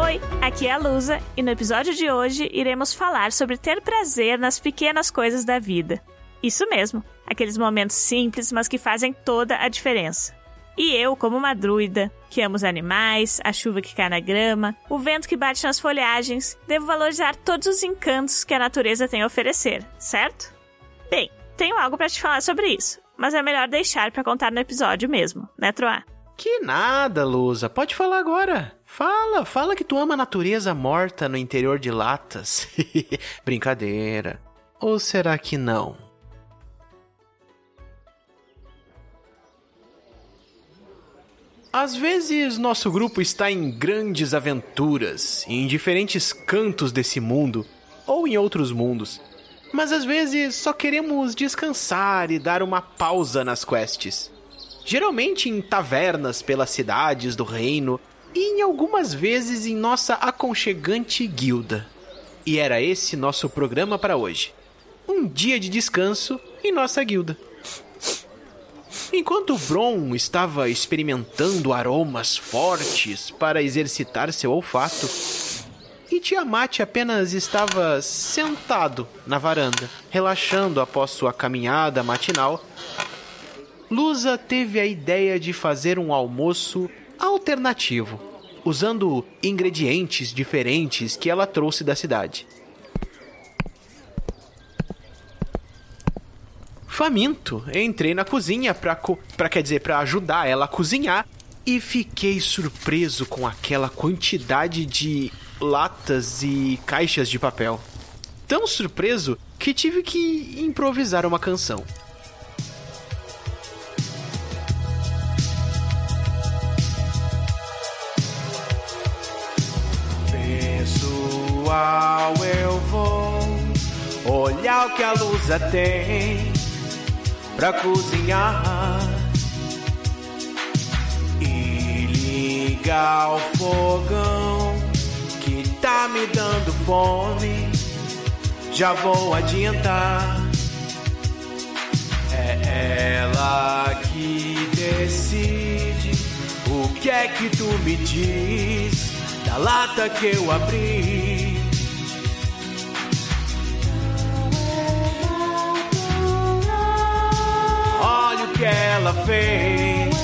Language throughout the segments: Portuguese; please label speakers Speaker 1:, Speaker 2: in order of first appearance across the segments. Speaker 1: Oi, aqui é a Lusa e no episódio de hoje iremos falar sobre ter prazer nas pequenas coisas da vida. Isso mesmo, aqueles momentos simples, mas que fazem toda a diferença. E eu, como uma druida, que amo os animais, a chuva que cai na grama, o vento que bate nas folhagens, devo valorizar todos os encantos que a natureza tem a oferecer, certo? Bem, tenho algo para te falar sobre isso, mas é melhor deixar para contar no episódio mesmo, né, Troá?
Speaker 2: Que nada, Lusa. Pode falar agora. Fala, fala que tu ama a natureza morta no interior de latas. Brincadeira. Ou será que não? Às vezes, nosso grupo está em grandes aventuras, em diferentes cantos desse mundo ou em outros mundos. Mas às vezes só queremos descansar e dar uma pausa nas quests. Geralmente em tavernas pelas cidades do reino e em algumas vezes em nossa aconchegante guilda. E era esse nosso programa para hoje. Um dia de descanso em nossa guilda. Enquanto Bron estava experimentando aromas fortes para exercitar seu olfato, e Tiamat apenas estava sentado na varanda, relaxando após sua caminhada matinal, Lusa teve a ideia de fazer um almoço alternativo, usando ingredientes diferentes que ela trouxe da cidade. Faminto, entrei na cozinha para para quer dizer, para ajudar ela a cozinhar e fiquei surpreso com aquela quantidade de latas e caixas de papel. Tão surpreso que tive que improvisar uma canção. Pessoal, eu vou olhar o que a Lusa tem pra cozinhar e ligar o fogão que tá me dando fome. Já vou adiantar, é ela que decide o que é que tu me diz da lata que eu abri. Olha o que ela fez.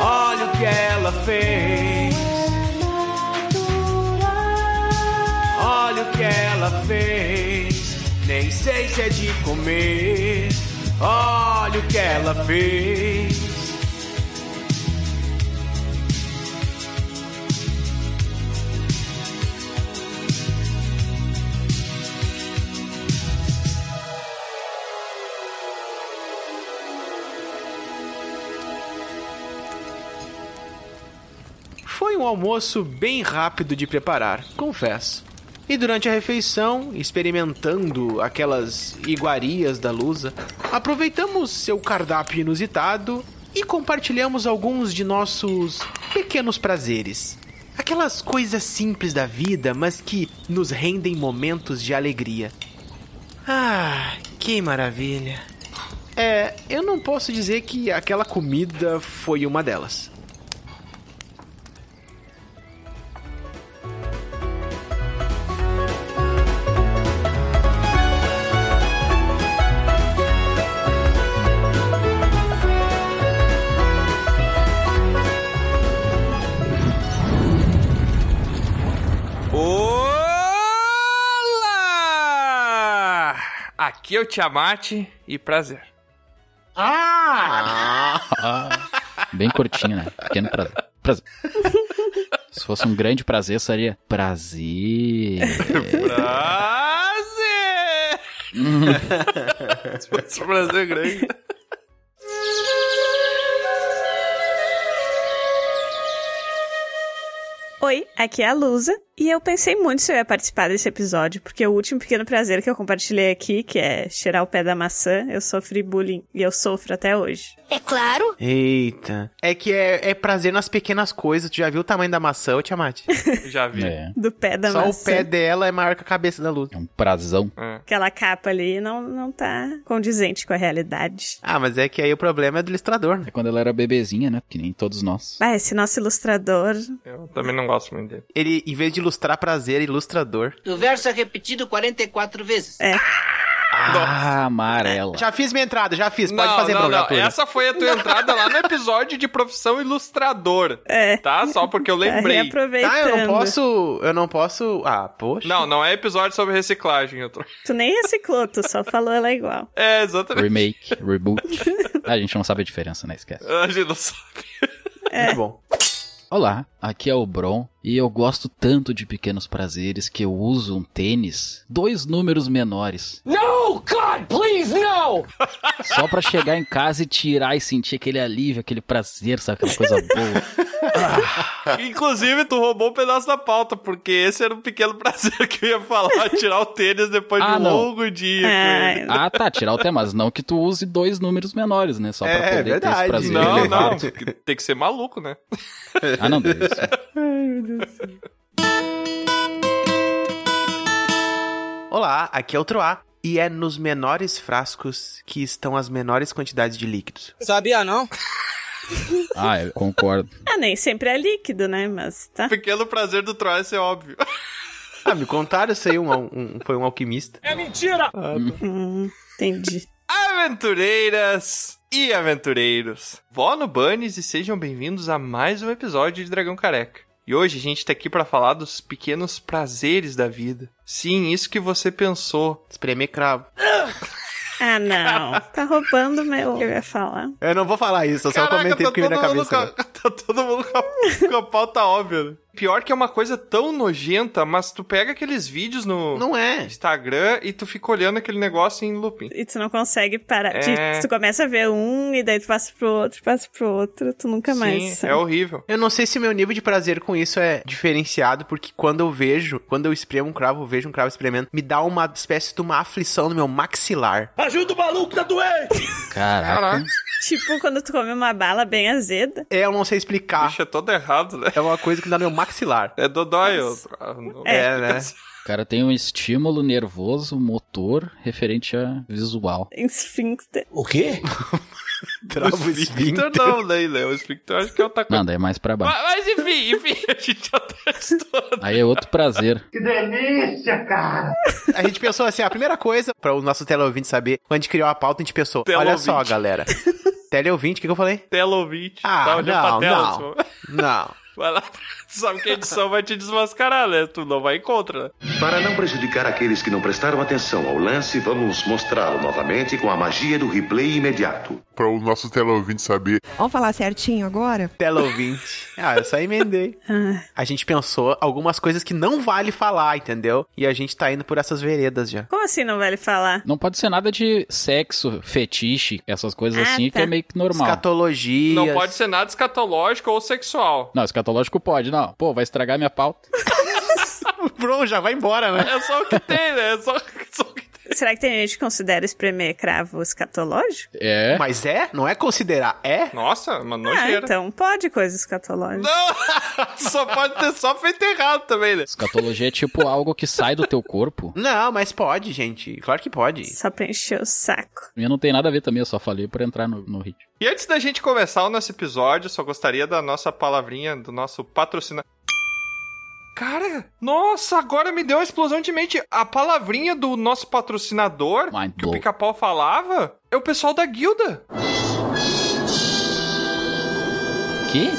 Speaker 2: Olha o que ela fez. Olha o que ela fez. Nem sei se é de comer. Olha o que ela fez. Foi um almoço bem rápido de preparar, confesso. E durante a refeição, experimentando aquelas iguarias da Lusa, aproveitamos seu cardápio inusitado e compartilhamos alguns de nossos pequenos prazeres. Aquelas coisas simples da vida, mas que nos rendem momentos de alegria. Ah, que maravilha! É, eu não posso dizer que aquela comida foi uma delas.
Speaker 3: Olá! Aqui é o Tiamat e prazer.
Speaker 4: Bem curtinho, né? Pequeno prazer. Prazer. Se fosse um grande prazer, seria prazer.
Speaker 3: Prazer! Se fosse um prazer grande.
Speaker 1: Oi, aqui é a Lusa E eu pensei muito se eu ia participar desse episódio, porque o último pequeno prazer que eu compartilhei aqui, que é cheirar o pé da maçã, eu sofri bullying e eu sofro até hoje.
Speaker 5: É claro.
Speaker 2: Eita. É que é, é prazer nas pequenas coisas. Tu já viu o tamanho da maçã, ô Tiamat?
Speaker 3: Já vi.
Speaker 4: É,
Speaker 1: Do pé da
Speaker 2: Só
Speaker 1: maçã.
Speaker 2: o pé dela é maior que a cabeça da Luz.
Speaker 4: é um prazão.
Speaker 3: É.
Speaker 1: Aquela capa ali não, não tá condizente com a realidade.
Speaker 2: Ah, mas é que aí o problema é do ilustrador, né?
Speaker 4: É quando ela era bebezinha, né? Que nem todos nós.
Speaker 1: Ah, esse nosso ilustrador.
Speaker 3: Eu também não gosto muito dele.
Speaker 2: Ele, em vez de ilustrar prazer, é ilustrador.
Speaker 6: O verso é repetido 44 vezes.
Speaker 1: É.
Speaker 4: Ah, amarela.
Speaker 2: Já fiz minha entrada, já fiz. Pode
Speaker 3: não,
Speaker 2: fazer
Speaker 3: não,
Speaker 2: programa,
Speaker 3: não.
Speaker 2: turma.
Speaker 3: Essa foi a tua entrada lá no episódio de profissão ilustrador.
Speaker 1: É.
Speaker 3: Tá? Só porque eu
Speaker 1: Tá
Speaker 3: lembrei.
Speaker 1: reaproveitando.
Speaker 2: Tá, eu não posso. Eu não posso. Ah, poxa.
Speaker 3: Não, não é episódio sobre reciclagem. Eu tô...
Speaker 1: Tu nem reciclou, tu só falou ela igual.
Speaker 3: É, exatamente.
Speaker 4: Remake, reboot. A gente não sabe a diferença, né? Esquece.
Speaker 3: A gente não sabe.
Speaker 1: É.
Speaker 2: Muito tá bom.
Speaker 4: Olá, aqui é o Bron e eu gosto tanto de pequenos prazeres que eu uso um tênis dois números menores. No, God, please, no! Só pra chegar em casa e tirar e sentir aquele alívio, aquele prazer, sabe? Aquela coisa boa.
Speaker 3: Inclusive, tu roubou um pedaço da pauta, porque esse era um pequeno prazer que eu ia falar, tirar o tênis depois de
Speaker 4: Ah,
Speaker 3: um
Speaker 4: não.
Speaker 3: longo dia. com ele.
Speaker 1: Ah,
Speaker 4: Ah, tá, tirar o tênis, mas não que tu use dois números menores, né? Só pra
Speaker 2: É,
Speaker 4: poder ter
Speaker 2: verdade.
Speaker 4: esse prazer.
Speaker 3: Não,
Speaker 4: elevado.
Speaker 3: não. Tem que ser maluco, né?
Speaker 4: Ah, não, Deus.
Speaker 2: Olá, aqui é o Troá. E é nos menores frascos que estão as menores quantidades de líquidos.
Speaker 6: Sabia não?
Speaker 4: Ah, eu concordo.
Speaker 1: ah, nem sempre é líquido, né? Mas tá.
Speaker 3: Pequeno prazer do Troy, isso é óbvio.
Speaker 2: Ah, me contaram isso aí, um, um- foi um alquimista.
Speaker 1: Hum, entendi.
Speaker 3: Aventureiras e aventureiros, vó no Bunnies e sejam bem-vindos a mais um episódio de Dragão Careca. E hoje a gente tá aqui pra falar dos pequenos prazeres da vida. Sim, isso que você pensou.
Speaker 2: Espremer cravo.
Speaker 1: Ah, não. Tá roubando meu. Eu ia falar.
Speaker 2: Eu não vou falar isso, eu só comentei porque veio na
Speaker 3: mundo
Speaker 2: cabeça. né?
Speaker 3: com a,
Speaker 2: agora.
Speaker 3: tá todo mundo com a, com a pauta óbvia. né? Pior que é uma coisa tão nojenta, mas tu pega aqueles vídeos no
Speaker 2: Não é.
Speaker 3: Instagram e tu fica olhando aquele negócio em looping.
Speaker 1: E tu não consegue parar.
Speaker 3: É.
Speaker 1: De- Tu começa a ver um, e daí tu passa pro outro, passa pro outro, tu nunca mais.
Speaker 3: Sim, é horrível.
Speaker 2: Eu não sei se meu nível de prazer com isso é diferenciado, porque quando eu vejo, quando eu espremo um cravo, eu vejo um cravo espremendo, me dá uma espécie de uma aflição no meu maxilar.
Speaker 4: Caraca.
Speaker 3: Caraca.
Speaker 1: Tipo quando tu come uma bala bem azeda.
Speaker 2: É, eu não sei explicar.
Speaker 3: Bicho, é todo errado, né?
Speaker 2: É uma coisa que dá no meu maxilar.
Speaker 3: É Dodói. eu- ah, não-
Speaker 2: É, né?
Speaker 4: O cara tem um estímulo nervoso, motor, referente a visual.
Speaker 1: Esfíncter.
Speaker 6: O quê?
Speaker 2: Travo
Speaker 3: O Sphincter
Speaker 2: esfíncter.
Speaker 3: não, né, Léo? O Sphincter eu acho que é outra coisa.
Speaker 4: Não, daí é mais pra baixo.
Speaker 3: Mas, mas enfim, enfim, a gente já tá estourando.
Speaker 4: Aí é outro prazer.
Speaker 2: A gente pensou assim, a primeira coisa, para o nosso teleouvinte saber, quando a gente criou a pauta, a gente pensou, olha
Speaker 3: Teleouvinte.
Speaker 2: só, galera. teleouvinte, o que, que eu falei?
Speaker 3: Tela ouvinte.
Speaker 2: Ah,
Speaker 3: tá olhando
Speaker 2: não,
Speaker 3: pra tela.
Speaker 2: não.
Speaker 3: nesse momento.
Speaker 2: Não.
Speaker 3: Vai lá, pra- sabe que a edição vai te desmascarar, né? Tu não vai contra, né?
Speaker 7: Para não prejudicar aqueles que não prestaram atenção ao lance, vamos mostrá-lo novamente com a magia do replay imediato.
Speaker 8: Para o nosso teleouvinte saber.
Speaker 9: Vamos falar Tá certinho agora?
Speaker 2: Teleouvinte. Ah, eu só emendei.
Speaker 1: Ah.
Speaker 2: A gente pensou algumas coisas que não vale falar, entendeu? E a gente tá indo por essas veredas já.
Speaker 1: Como assim não vale falar?
Speaker 4: Não pode ser nada de sexo, fetiche, essas coisas
Speaker 1: Ah,
Speaker 4: assim,
Speaker 1: tá.
Speaker 4: que é meio que normal.
Speaker 2: Escatologia.
Speaker 3: Não pode ser nada escatológico ou sexual.
Speaker 4: Não, escatológico pode, não. Pô, vai estragar minha pauta.
Speaker 2: Bro, já vai embora, né?
Speaker 3: É só o que tem, né? É só, só o que tem.
Speaker 1: Será que tem gente que considera espremer cravo escatológico?
Speaker 4: É.
Speaker 2: Mas é? Não é considerar. É?
Speaker 3: Nossa, uma
Speaker 1: Ah,
Speaker 3: nojeira.
Speaker 1: então pode coisa escatológica.
Speaker 3: Não, só pode ter só feito errado também, né?
Speaker 4: Escatologia é tipo algo que sai do teu corpo.
Speaker 2: Não, mas pode, gente. Claro que pode.
Speaker 1: Só pra encher o saco.
Speaker 4: E não tem nada a ver também, eu só falei pra entrar no, no hit.
Speaker 3: E antes da gente começar o nosso episódio, só gostaria da nossa palavrinha, do nosso patrocina. Cara, nossa, agora me deu uma explosão de mente. A palavrinha do nosso patrocinador,
Speaker 4: Mind
Speaker 3: que o
Speaker 4: blow.
Speaker 3: pica-pau falava, é o pessoal da guilda.
Speaker 4: Que?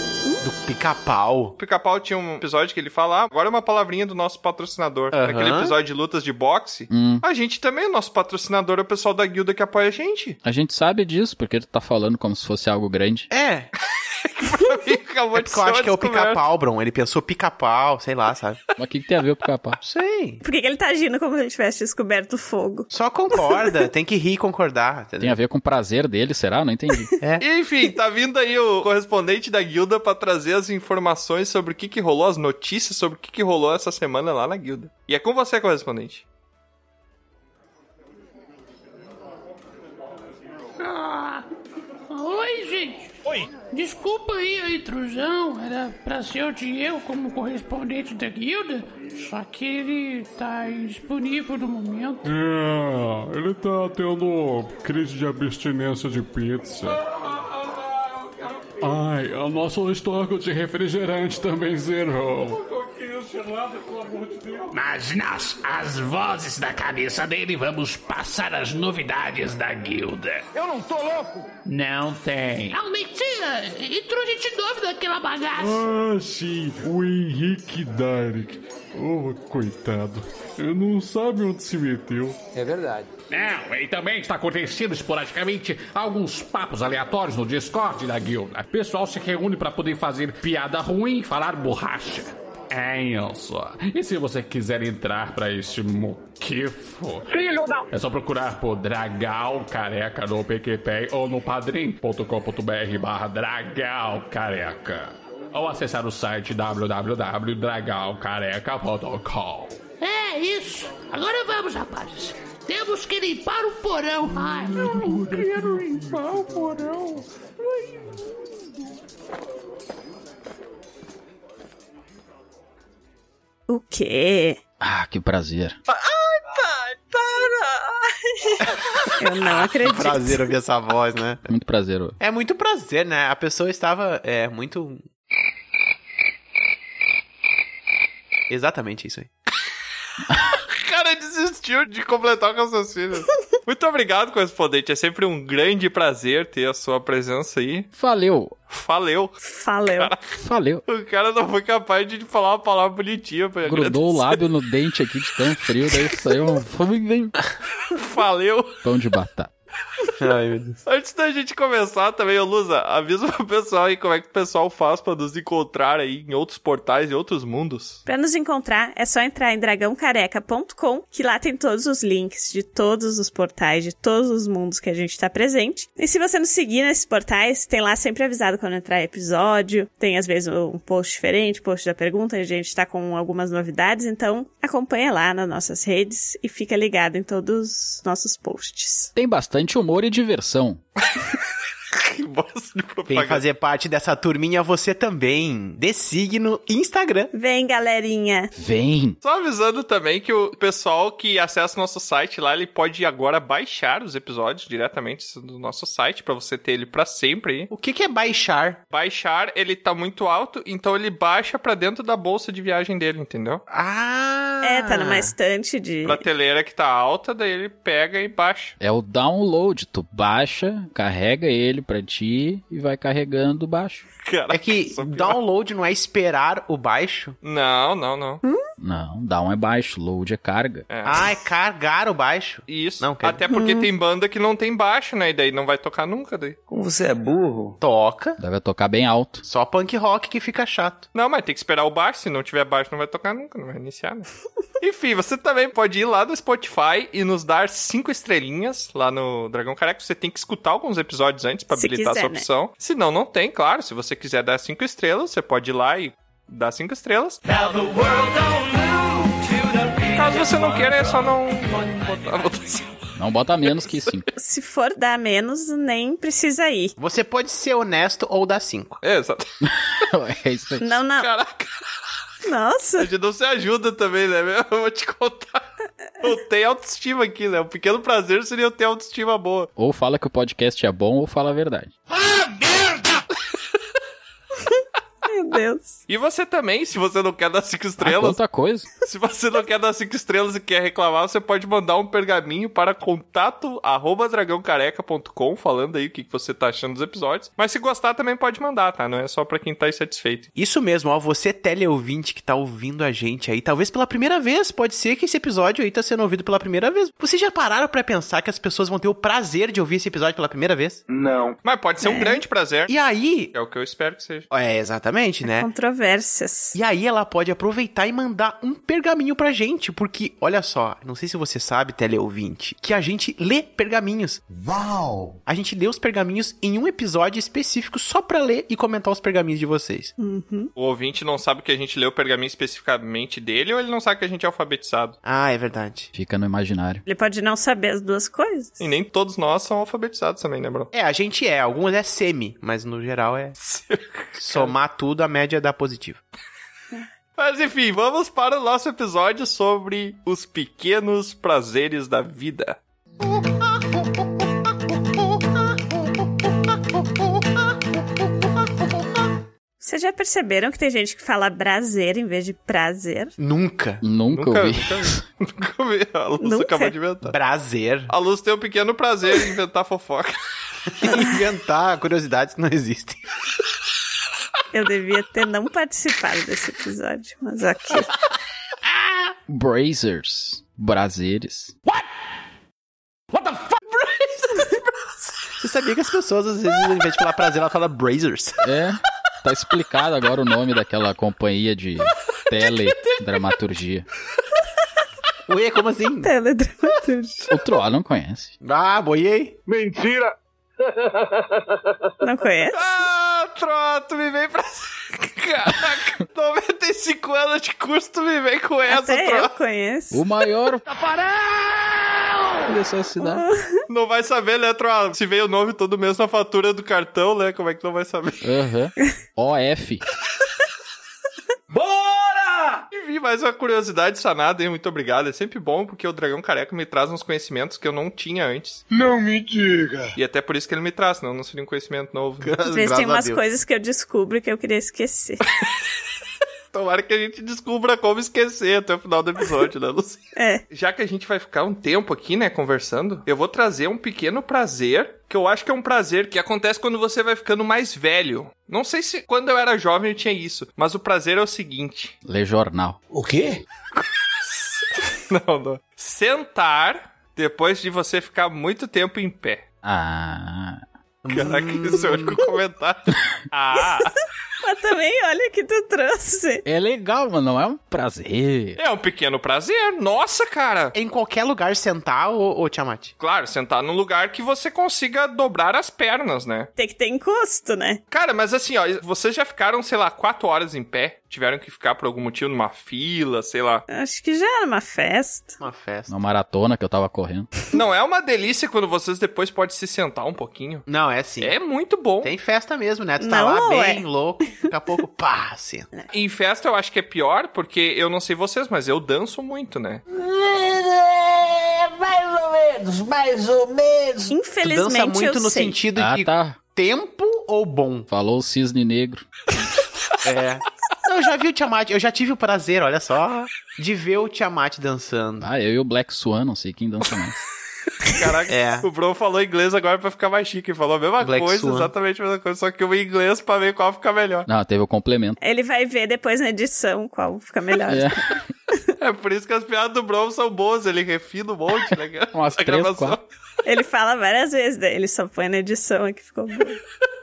Speaker 2: Do pica-pau.
Speaker 3: O pica-pau tinha um episódio que ele falava, agora é uma palavrinha do nosso patrocinador.
Speaker 2: Aham.
Speaker 3: Naquele episódio de lutas de boxe.
Speaker 4: Hum.
Speaker 3: A gente também, o nosso patrocinador é o pessoal da guilda que apoia a gente.
Speaker 4: A gente sabe disso, porque tu tá falando como se fosse algo grande.
Speaker 2: É.
Speaker 3: Pra mim, Acabou
Speaker 2: É
Speaker 3: de
Speaker 2: porque
Speaker 3: ser
Speaker 2: eu acho
Speaker 3: uma
Speaker 2: que é o
Speaker 3: descoberta.
Speaker 2: pica-pau, Bron. Ele pensou pica-pau, sei lá, sabe?
Speaker 4: Mas o que, que tem a ver com o pica-pau?
Speaker 2: Não sei.
Speaker 1: Por que, que ele tá agindo como se ele tivesse descoberto o fogo?
Speaker 2: Só concorda, tem que rir e concordar.
Speaker 4: Tem
Speaker 2: Entendeu?
Speaker 4: a ver com o prazer dele, será? Não entendi.
Speaker 3: Enfim, tá vindo aí o correspondente da guilda pra trazer as informações sobre o que, que rolou, as notícias sobre o que, que rolou essa semana lá na guilda. E é com você, correspondente.
Speaker 5: Oi, gente. Oi. Desculpa aí a intrusão. Era pra ser o Diego como correspondente da guilda. Só que ele tá indisponível no momento.
Speaker 10: É, ele tá tendo crise de abstinência de pizza. Ai, é o nosso estoque de refrigerante também zerou.
Speaker 5: Mas nós, as vozes da cabeça dele, vamos passar as novidades da guilda. Eu não tô louco! Não tem. Ah, mentira! Entrou gente novo daquela bagaça.
Speaker 10: Ah, sim, o Henrique Darek. Oh, coitado. Ele não sabe onde se meteu.
Speaker 5: Não, e também está acontecendo esporadicamente alguns papos aleatórios no Discord da guilda. O pessoal se reúne para poder fazer piada ruim e falar borracha. Olha só. E se você quiser entrar para este moquifo, Filho da... é só procurar por Dragal Careca no PQP ou no padrim.com.br barra Dragal Careca. Ou acessar o site www.dragalcareca.com. É isso. Agora vamos, rapazes. Temos que limpar o porão. Ai, eu não quero limpar o porão.
Speaker 1: O quê?
Speaker 4: Ah, que prazer.
Speaker 1: Eu não acredito.
Speaker 2: É Prazer ouvir essa voz, né?
Speaker 4: Muito prazer. ô.
Speaker 2: É muito prazer, né? A pessoa estava é muito Exatamente isso aí.
Speaker 3: O cara desistiu de completar o raciocínio. Muito obrigado, correspondente. É sempre um grande prazer ter a sua presença aí.
Speaker 4: Valeu.
Speaker 3: Valeu.
Speaker 1: Valeu.
Speaker 4: Valeu.
Speaker 3: O cara não foi capaz de falar uma palavra bonitinha pra
Speaker 4: Grudou o
Speaker 3: agradecer.
Speaker 4: lábio no dente aqui de tão frio, daí saiu um fome bem
Speaker 3: Valeu.
Speaker 4: pão de batata.
Speaker 2: Ai, meu Deus.
Speaker 3: Antes da gente começar também, ô Lusa, avisa pro pessoal aí como é que o pessoal faz pra nos encontrar aí em outros portais e outros mundos.
Speaker 1: Pra nos encontrar, é só entrar em dragãocareca.com, que lá tem todos os links de todos os portais, de todos os mundos que a gente tá presente. E se você nos seguir nesses portais, tem lá sempre avisado quando entrar episódio, tem às vezes um post diferente, post da pergunta, a gente tá com algumas novidades, então acompanha lá nas nossas redes e fica ligado em todos os nossos posts.
Speaker 4: Tem bastante humor e diversão.
Speaker 3: Que bosta de
Speaker 2: Vem
Speaker 3: propaganda.
Speaker 2: fazer parte dessa turminha você também. Dê signo Instagram.
Speaker 1: Vem, galerinha!
Speaker 4: Vem.
Speaker 3: Só avisando também que o pessoal que acessa o nosso site lá, ele pode agora baixar os episódios diretamente do nosso site pra você ter ele pra sempre aí.
Speaker 2: O que que é baixar?
Speaker 3: Baixar, ele tá muito alto, então ele baixa pra dentro da bolsa de viagem dele, entendeu?
Speaker 2: Ah!
Speaker 1: É, tá numa estante de.
Speaker 3: Prateleira que tá alta, daí ele pega e baixa.
Speaker 4: É o download. Tu baixa, carrega ele pra ti e vai carregando baixo.
Speaker 3: Caraca,
Speaker 2: É que
Speaker 3: essa piada.
Speaker 2: download não é esperar o baixo.
Speaker 3: Não, não, não.
Speaker 4: Não, down é baixo, load é carga.
Speaker 3: É.
Speaker 2: Ah, é cargar o baixo.
Speaker 3: Isso.
Speaker 2: Não, cara.
Speaker 3: Até porque
Speaker 1: Uhum.
Speaker 3: tem banda que não tem baixo, né? E daí não vai tocar nunca daí.
Speaker 2: Toca.
Speaker 4: Deve tocar bem alto.
Speaker 2: Só punk rock que fica chato.
Speaker 3: Não, mas tem que esperar o baixo. Se não tiver baixo, não vai tocar nunca, não vai iniciar, né? Enfim, você também pode ir lá no Spotify e nos dar cinco estrelinhas lá no Dragão Careca. Você tem que escutar alguns episódios antes pra
Speaker 1: Se
Speaker 3: habilitar
Speaker 1: quiser,
Speaker 3: essa
Speaker 1: né?
Speaker 3: opção. Se não, não tem, claro. Se você quiser dar cinco estrelas, você pode ir lá e dar cinco estrelas. Caso você não queira, é só não, não botar a votação.
Speaker 4: Não bota menos que 5.
Speaker 1: Se for dar menos, nem precisa ir.
Speaker 2: Você pode ser honesto ou dar cinco.
Speaker 3: É, exato.
Speaker 4: é isso aí.
Speaker 1: Não, não.
Speaker 3: Caraca. A
Speaker 1: Nossa!
Speaker 3: gente não se ajuda também, né? Eu vou te contar. Eu tenho autoestima aqui, né? Um pequeno prazer seria eu ter autoestima boa.
Speaker 4: Ou fala que o podcast é bom ou fala a verdade.
Speaker 1: Meu Meu Deus.
Speaker 3: E você também, se você não quer dar cinco
Speaker 4: Ah,
Speaker 3: estrelas,
Speaker 4: quanta coisa.
Speaker 3: se você não quer dar cinco estrelas e quer reclamar, você pode mandar um pergaminho para contato arroba dragãocareca.com falando aí o que que você tá achando dos episódios. Mas se gostar também pode mandar, tá? Não é só pra quem tá insatisfeito.
Speaker 2: Isso mesmo, ó, você teleouvinte que tá ouvindo a gente aí, talvez pela primeira vez, pode ser que esse episódio aí tá sendo ouvido pela primeira vez. Vocês já pararam pra pensar que as pessoas vão ter o prazer de ouvir esse episódio pela primeira vez?
Speaker 3: Hum? Mas pode ser um grande prazer.
Speaker 2: E aí...
Speaker 3: É o que eu espero que seja.
Speaker 2: É, exatamente, né?
Speaker 1: Controvérsias.
Speaker 2: E aí ela pode aproveitar e mandar um pergaminho pra gente, porque, olha só, não sei se você sabe, teleouvinte, que a gente lê pergaminhos. Uau! A gente lê os pergaminhos em um episódio específico só pra ler e comentar os pergaminhos de vocês.
Speaker 3: O ouvinte não sabe que a gente leu o pergaminho especificamente dele ou ele não sabe que a gente é alfabetizado.
Speaker 2: Ah, é verdade.
Speaker 4: Fica no imaginário.
Speaker 1: Ele pode não saber as duas coisas.
Speaker 3: E nem todos nós são alfabetizados também, né, bro?
Speaker 2: É, a gente é, alguns é semi, mas no geral é somar tudo, a média dá positivo.
Speaker 3: Mas enfim, vamos para o nosso episódio sobre os pequenos prazeres da vida.
Speaker 1: Vocês já perceberam que tem gente que fala prazer em vez de prazer?
Speaker 2: Nunca.
Speaker 4: Nunca,
Speaker 3: Nunca,
Speaker 4: ouvi.
Speaker 3: nunca, nunca vi. A Luz
Speaker 1: Nunca.
Speaker 3: acabou de inventar.
Speaker 2: Prazer.
Speaker 3: A Luz tem um pequeno prazer em inventar fofoca.
Speaker 2: Inventar curiosidades que não existem.
Speaker 1: Eu devia ter não participado desse episódio, mas ok.
Speaker 4: Brazers. Brazeres.
Speaker 2: Você sabia que as pessoas, às vezes, ao invés de falar prazer, ela fala brazers.
Speaker 4: É, tá explicado agora o nome daquela companhia de teledramaturgia.
Speaker 2: Ué, como assim?
Speaker 1: Teledramaturgia.
Speaker 4: O Troá não conhece.
Speaker 2: Ah, boiei.
Speaker 1: Não conhece?
Speaker 3: Ah, troto, me vem pra. Caraca, 95 anos de curso, tu me vem com essa,
Speaker 1: Até eu
Speaker 3: troto.
Speaker 1: conheço.
Speaker 4: O maior. dessa cidade.
Speaker 2: né?
Speaker 3: Não vai saber, né, troto? Se veio o nome todo mês na fatura do cartão, né? Como é que não vai saber?
Speaker 4: Aham. OF.
Speaker 3: Enfim, mais uma curiosidade sanada, hein? Muito obrigado. É sempre bom porque o Dragão Careca me traz uns conhecimentos que eu não tinha antes.
Speaker 8: Não me diga.
Speaker 3: E até por isso que ele me traz, senão não seria um conhecimento novo.
Speaker 1: Às vezes tem
Speaker 2: Graças a
Speaker 1: umas
Speaker 2: Deus.
Speaker 1: coisas que eu descubro que eu queria esquecer.
Speaker 3: Tomara que a gente descubra como esquecer até o final do episódio, né, Lucy?
Speaker 1: É.
Speaker 3: Já que a gente vai ficar um tempo aqui, né, conversando, eu vou trazer um pequeno prazer, que eu acho que é um prazer que acontece quando você vai ficando mais velho. Não sei se quando eu era jovem eu tinha isso, mas o prazer é o seguinte.
Speaker 4: Lê jornal.
Speaker 3: Não, não. Sentar depois de você ficar muito tempo em pé.
Speaker 4: Ah.
Speaker 3: Caraca, isso é o único comentário. Ah,
Speaker 1: Mas também, olha o que tu trouxe.
Speaker 4: É legal, mas não é um prazer.
Speaker 3: é um pequeno prazer. Nossa, cara.
Speaker 2: Em qualquer lugar sentar, ô, ô Tiamat.
Speaker 3: Claro, sentar num lugar que você consiga dobrar as pernas, né?
Speaker 1: Tem que ter encosto, né?
Speaker 3: Cara, mas assim, ó, vocês já ficaram, sei lá, quatro horas em pé? Tiveram que ficar por algum motivo numa fila, sei lá.
Speaker 1: Acho que já era uma festa.
Speaker 2: Uma festa.
Speaker 4: Uma maratona que eu tava correndo.
Speaker 3: Não é uma delícia quando vocês depois podem se sentar um pouquinho?
Speaker 2: Não, é assim.
Speaker 3: É muito bom.
Speaker 2: Tem festa mesmo, né? Tu
Speaker 1: Não,
Speaker 2: tá
Speaker 1: é.
Speaker 2: lá
Speaker 1: ué.
Speaker 2: bem louco, daqui a pouco, pá, assim. senta.
Speaker 3: Em festa eu acho que é pior, porque eu não sei vocês, mas eu danço muito, né?
Speaker 6: Mais ou menos, mais ou menos.
Speaker 2: Tu dança
Speaker 1: Infelizmente eu
Speaker 2: muito no
Speaker 1: sei.
Speaker 2: sentido
Speaker 4: Ah,
Speaker 2: de
Speaker 4: tá.
Speaker 2: tempo ou bom.
Speaker 4: Falou o cisne negro.
Speaker 2: É. Não, eu já vi o Tiamat, eu já tive o prazer, olha só, de ver o Tiamat dançando.
Speaker 4: Ah, eu e o Black Swan, não sei quem dança mais.
Speaker 3: Caraca,
Speaker 2: É.
Speaker 3: o Bruno falou inglês agora pra ficar mais chique. Falou a mesma
Speaker 2: Black
Speaker 3: coisa,
Speaker 2: Swan.
Speaker 3: exatamente a mesma coisa, só que o inglês pra ver qual fica melhor.
Speaker 4: Não, teve o complemento.
Speaker 1: Ele vai ver depois na edição qual fica melhor.
Speaker 4: É,
Speaker 3: É por isso que as piadas do Bruno são boas, ele refina um monte, né? cara?
Speaker 4: umas
Speaker 3: A
Speaker 4: três,
Speaker 3: gravação.
Speaker 4: quatro.
Speaker 1: Ele fala várias vezes, daí ele só põe na edição é que ficou bom.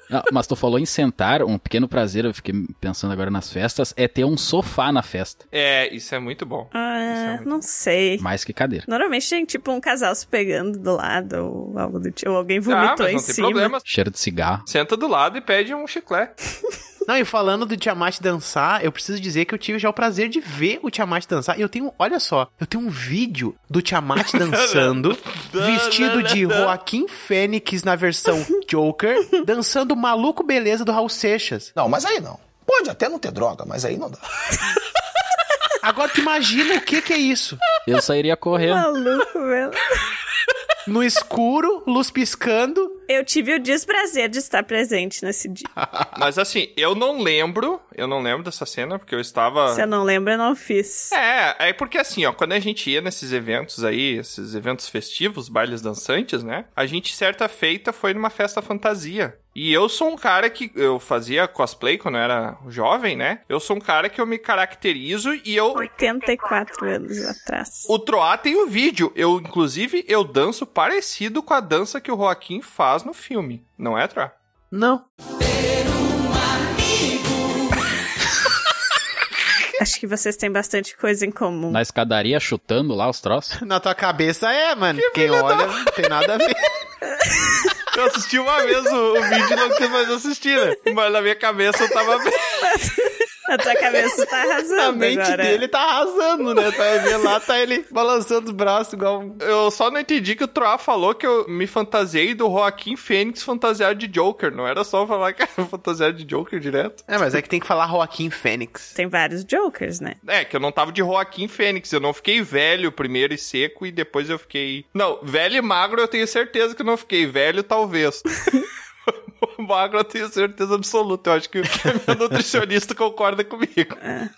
Speaker 4: Não, Ah, mas tu falou em sentar, um pequeno prazer, eu fiquei pensando agora nas festas, é ter um sofá na festa.
Speaker 3: É, isso é muito bom. Isso é
Speaker 1: Ah,
Speaker 3: muito
Speaker 1: não sei.
Speaker 4: Mais que cadeira.
Speaker 1: Normalmente tem tipo um casal se pegando do lado ou algo do tipo. Ou alguém
Speaker 3: Ah,
Speaker 1: vomitou
Speaker 3: mas
Speaker 1: em
Speaker 3: não tem
Speaker 1: cima.
Speaker 3: problema.
Speaker 4: Cheiro de cigarro.
Speaker 3: Senta do lado e pede um chiclete.
Speaker 2: Não, e falando do Tiamat dançar, eu preciso dizer que eu tive já o prazer de ver o Tiamat dançar. E eu tenho, olha só, eu tenho um vídeo do Tiamat dançando, vestido de Joaquim Fênix na versão Joker, dançando o Maluco Beleza do Raul Seixas.
Speaker 11: Não, mas aí não. Pode até não ter droga, mas aí não dá.
Speaker 2: Agora tu imagina o que que é isso.
Speaker 4: Eu sairia correndo.
Speaker 1: Maluco, velho.
Speaker 2: No escuro, luz piscando,
Speaker 1: Eu tive o desprazer de estar presente nesse dia.
Speaker 3: Mas assim, eu não lembro, eu não lembro dessa cena, porque eu estava.
Speaker 1: Se eu não lembro, eu não fiz.
Speaker 3: É, é porque assim, ó, quando a gente ia nesses eventos aí, esses eventos festivos, bailes dançantes, né? A gente, certa feita, foi numa festa fantasia. E eu sou um cara que eu fazia cosplay quando eu era jovem, né? Eu sou um cara que eu me caracterizo e eu
Speaker 1: 84 anos atrás.
Speaker 3: o Troá tem o vídeo. Eu, inclusive, eu danço parecido com a dança que o Joaquim faz no filme. Não é, Troá?
Speaker 2: Não.
Speaker 1: Acho que vocês têm bastante coisa em comum.
Speaker 4: Na escadaria chutando lá os troços.
Speaker 2: Na tua cabeça é, mano. Quem olha não tem nada a ver.
Speaker 3: Eu assisti uma vez o, o vídeo e não quis mais assistir, né? Mas na minha cabeça eu tava bem.
Speaker 1: A tua cabeça tá arrasando
Speaker 2: A mente
Speaker 1: agora.
Speaker 2: dele tá arrasando, né? Tá vendo lá, tá ele balançando os braços igual um...
Speaker 3: Eu só não entendi que o Troá falou que eu me fantasiei do Joaquim Fênix fantasiado de Joker. Não era só falar que era fantasiado de Joker direto.
Speaker 2: É, mas é que tem que falar Joaquim Fênix.
Speaker 1: Tem vários jokers, né?
Speaker 3: É, que eu não tava de Joaquim Fênix. Eu não fiquei velho primeiro e seco e depois eu fiquei. Não, velho e magro eu tenho certeza que eu não fiquei. Velho, talvez. magro eu tenho certeza absoluta. Eu acho que a minha nutricionista concorda comigo.
Speaker 12: É.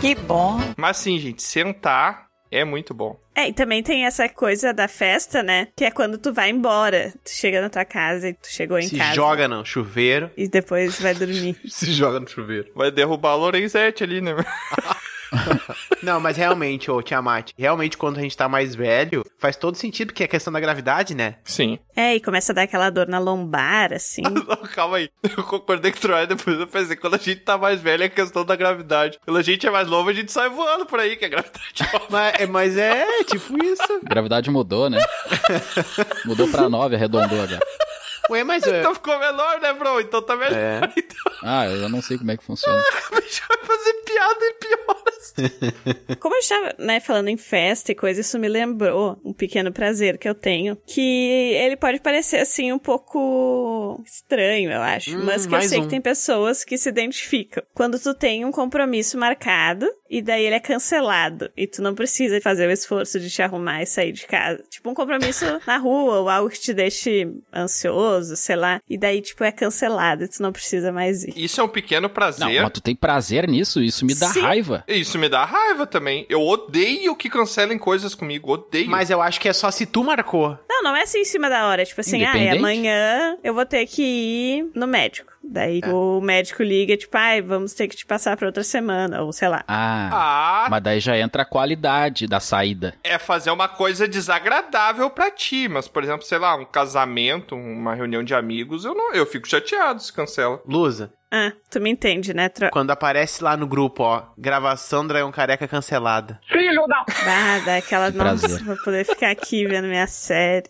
Speaker 12: Que bom.
Speaker 3: Mas sim, gente, sentar é muito bom.
Speaker 1: É, e também tem essa coisa da festa, né? Que é quando tu vai embora. Tu chega na tua casa e tu chegou em
Speaker 2: Se
Speaker 1: casa.
Speaker 2: joga no chuveiro.
Speaker 1: E depois vai dormir.
Speaker 2: Se joga no chuveiro.
Speaker 3: Vai derrubar a Lorenzetti ali, né?
Speaker 2: Não, mas realmente, ô Tiamat, realmente quando a gente tá mais velho, faz todo sentido que é questão da gravidade, né?
Speaker 3: Sim.
Speaker 1: É, e começa a dar aquela dor na lombar, assim.
Speaker 3: Não, calma aí. Eu concordei com o Troy, depois eu pensei, quando a gente tá mais velho é questão da gravidade. Quando a gente é mais novo, a gente sai voando por aí, que a gravidade é uma-
Speaker 2: Mas, mas é, tipo isso.
Speaker 4: Gravidade mudou, né? Mudou pra 9, arredondou agora.
Speaker 2: Ué, mas... é-
Speaker 3: Então ficou menor, né, bro? Então tá melhor.
Speaker 2: É.
Speaker 3: Então
Speaker 4: Ah, eu não sei como é que funciona.
Speaker 3: a gente vai fazer piada e pior. assim.
Speaker 1: Como eu estava, né, falando em festa e coisa, isso me lembrou um pequeno prazer que eu tenho. Que ele pode parecer, assim, um pouco estranho, eu acho.
Speaker 2: Hum,
Speaker 1: mas que eu
Speaker 2: mais
Speaker 1: sei
Speaker 2: um.
Speaker 1: que tem pessoas que se identificam. Quando tu tem um compromisso marcado e daí ele é cancelado. E tu não precisa fazer o esforço de te arrumar e sair de casa. Tipo, um compromisso na rua ou algo que te deixe ansioso, sei lá. E daí, tipo, é cancelado e tu não precisa mais ir.
Speaker 3: Isso é um pequeno
Speaker 4: Não,
Speaker 3: prazer.
Speaker 4: mas tu tem prazer nisso? Isso me dá
Speaker 1: Sim.
Speaker 4: raiva.
Speaker 3: Isso me dá raiva também. Eu odeio que cancelem coisas comigo. Odeio.
Speaker 2: Mas eu acho que é só se tu marcou.
Speaker 1: Não, não é assim em cima da hora. É Tipo assim, ah,
Speaker 4: Independente?
Speaker 1: amanhã eu vou ter que ir no médico. Daí
Speaker 4: Tá.
Speaker 1: o médico liga, tipo, ai, vamos ter que te passar pra outra semana, ou sei lá.
Speaker 4: Ah,
Speaker 3: Ah,
Speaker 4: mas daí já entra a qualidade da saída.
Speaker 3: é fazer uma coisa desagradável pra ti. Mas, por exemplo, sei lá, um casamento, uma reunião de amigos, eu não, eu fico chateado se cancela.
Speaker 2: Lusa,
Speaker 1: Ah, tu me entende, né, Tro?
Speaker 2: quando aparece lá no grupo, ó, gravação Dragão Careca cancelada.
Speaker 1: Ah, dá aquela,
Speaker 4: Que
Speaker 1: nossa,
Speaker 4: prazer.
Speaker 1: vou poder ficar aqui vendo minha série.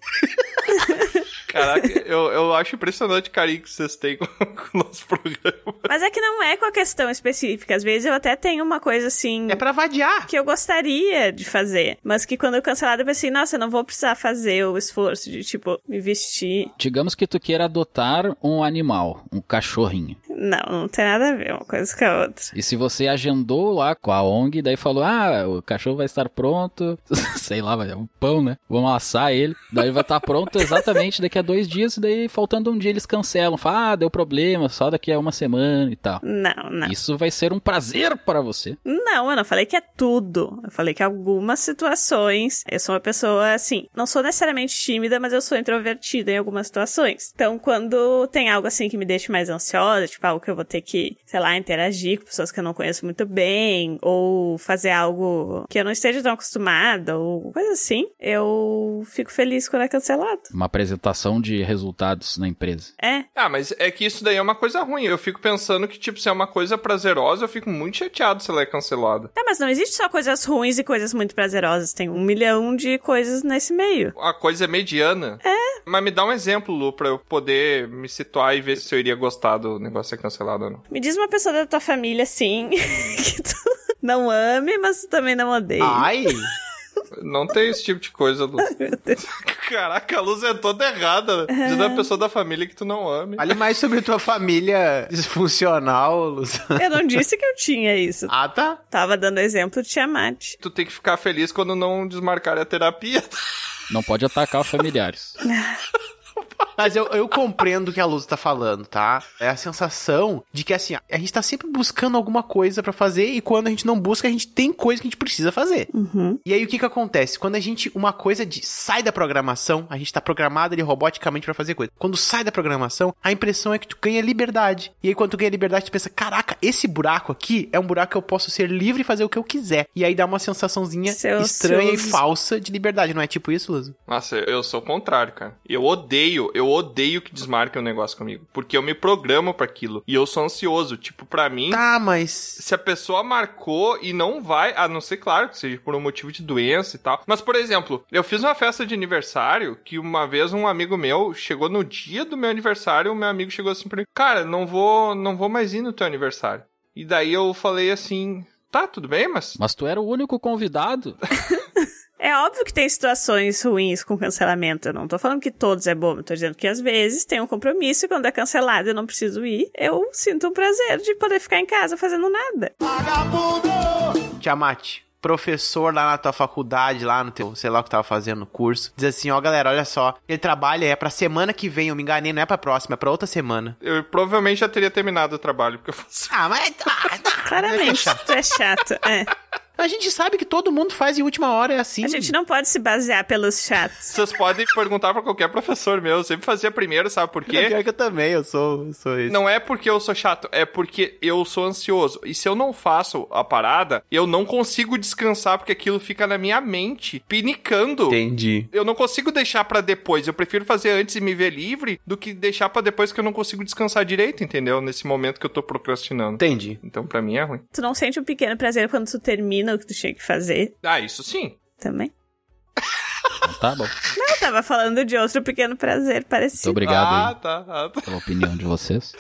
Speaker 3: Caraca, eu, eu acho impressionante o carinho que vocês têm com, com o nosso programa.
Speaker 1: Mas é que não é com a questão específica. Às vezes eu até tenho uma coisa assim.
Speaker 2: É pra vadiar.
Speaker 1: que eu gostaria de fazer, mas que quando eu cancelado eu pensei, nossa, eu não vou precisar fazer o esforço de, tipo, me vestir.
Speaker 4: Digamos que tu queira adotar um animal, um cachorrinho.
Speaker 1: Não, não tem nada a ver uma coisa com a outra.
Speaker 4: E se você agendou lá com a ONG, daí falou: ah, o cachorro vai estar pronto, sei lá, vai um pão, né? Vamos assar ele, daí vai estar pronto exatamente daqui a dois dias, e daí faltando um dia eles cancelam. Fala, ah, deu problema, só daqui a uma semana e tal.
Speaker 1: Não, não.
Speaker 4: Isso vai ser um prazer para você.
Speaker 1: Não, eu não falei que é tudo. Eu falei que algumas situações. Eu sou uma pessoa assim, não sou necessariamente tímida, mas eu sou introvertida em algumas situações. Então, quando tem algo assim que me deixa mais ansiosa, tipo algo que eu vou ter que, sei lá, interagir com pessoas que eu não conheço muito bem, ou fazer algo que eu não esteja tão acostumada, ou coisa assim, eu fico feliz quando é cancelado.
Speaker 4: Uma apresentação de resultados na empresa.
Speaker 1: É,
Speaker 3: Ah, mas é que isso daí é uma coisa ruim. Eu fico pensando que, tipo, se é uma coisa prazerosa, eu fico muito chateado se ela é cancelada.
Speaker 1: tá, mas não existe só coisas ruins e coisas muito prazerosas. Tem um milhão de coisas nesse meio.
Speaker 3: A coisa é mediana. É. Mas me dá um exemplo, Lu, pra eu poder me situar e ver se eu iria gostar do negócio ser cancelado ou não.
Speaker 1: Me diz uma pessoa da tua família, assim, que tu não ame, mas tu também não odeia.
Speaker 2: Ai,
Speaker 3: Não tem esse tipo de coisa, Lu. Caraca, a luz é toda errada. né? Diz uma pessoa da família que tu não ame.
Speaker 2: fale mais sobre tua família disfuncional, Lusa.
Speaker 1: Eu não disse que eu tinha isso.
Speaker 2: Ah, tá.
Speaker 1: Tava dando exemplo de Tiamat.
Speaker 3: Tu tem que ficar feliz quando não desmarcar a terapia.
Speaker 4: Não pode atacar os familiares.
Speaker 2: Mas eu, eu compreendo o que a Luz tá falando, tá? É a sensação de que, assim, a gente tá sempre buscando alguma coisa pra fazer e quando a gente não busca, a gente tem coisa que a gente precisa fazer.
Speaker 1: Uhum.
Speaker 2: E aí, o que que acontece? Quando a gente, uma coisa de, sai da programação, a gente tá programado ali roboticamente pra fazer coisa. Quando sai da programação, a impressão é que tu ganha liberdade. E aí, quando tu ganha liberdade, tu pensa, caraca, esse buraco aqui é um buraco que eu posso ser livre e fazer o que eu quiser. E aí dá uma sensaçãozinha
Speaker 1: Seus-
Speaker 2: estranha
Speaker 1: seus-
Speaker 2: e falsa de liberdade, não é tipo isso, Luz?
Speaker 3: Nossa, eu eu sou o contrário, cara. Eu odeio, eu odeio que desmarquem um negócio comigo. Porque eu me programo pra aquilo. E eu sou ansioso. Tipo, pra mim.
Speaker 2: Tá, mas.
Speaker 3: Se a pessoa marcou e não vai, a não ser, claro, que seja por um motivo de doença e tal. Mas, por exemplo, eu fiz uma festa de aniversário que uma vez um amigo meu chegou no dia do meu aniversário, o meu amigo chegou assim pra mim: Cara, não vou, não vou mais ir no teu aniversário. E daí eu falei assim. Tá, tudo bem, mas.
Speaker 4: Mas tu era o único convidado.
Speaker 1: É óbvio que tem situações ruins com cancelamento. Eu não tô falando que todos é bom, eu tô dizendo que às vezes tem um compromisso e quando é cancelado eu não preciso ir. Eu sinto um prazer de poder ficar em casa fazendo nada.
Speaker 2: Tiamat, professor lá na tua faculdade, lá no teu, sei lá o que tava fazendo no curso, diz assim, ó galera, olha só, ele trabalha, é pra semana que vem, eu me enganei, não é pra próxima, é pra outra semana.
Speaker 3: Eu provavelmente já teria terminado o trabalho, porque eu faço.
Speaker 2: Ah, mas.
Speaker 1: tá, Claramente, tu é chato. É.
Speaker 2: A gente sabe que todo mundo faz em última hora, é assim.
Speaker 1: A gente não pode se basear pelos chatos.
Speaker 3: Vocês podem perguntar pra qualquer professor meu. Eu sempre fazia primeiro, sabe por quê?
Speaker 2: Pior que eu também, eu sou, eu sou esse.
Speaker 3: Não é porque eu sou chato, é porque eu sou ansioso. E se eu não faço a parada, eu não consigo descansar porque aquilo fica na minha mente, pinicando.
Speaker 2: Entendi.
Speaker 3: Eu não consigo deixar pra depois. Eu prefiro fazer antes e me ver livre do que deixar pra depois que eu não consigo descansar direito, entendeu? Nesse momento que eu tô procrastinando.
Speaker 2: Entendi.
Speaker 3: Então pra mim é ruim.
Speaker 1: Tu não sente um pequeno prazer quando tu termina o que tu tinha que fazer
Speaker 3: Ah, isso sim.
Speaker 1: também?
Speaker 4: Tá bom.
Speaker 1: Não, eu tava falando de outro pequeno prazer parecido.
Speaker 4: Muito obrigado
Speaker 3: Ah,
Speaker 4: aí
Speaker 3: tá, ah, tá.
Speaker 4: pela opinião de vocês.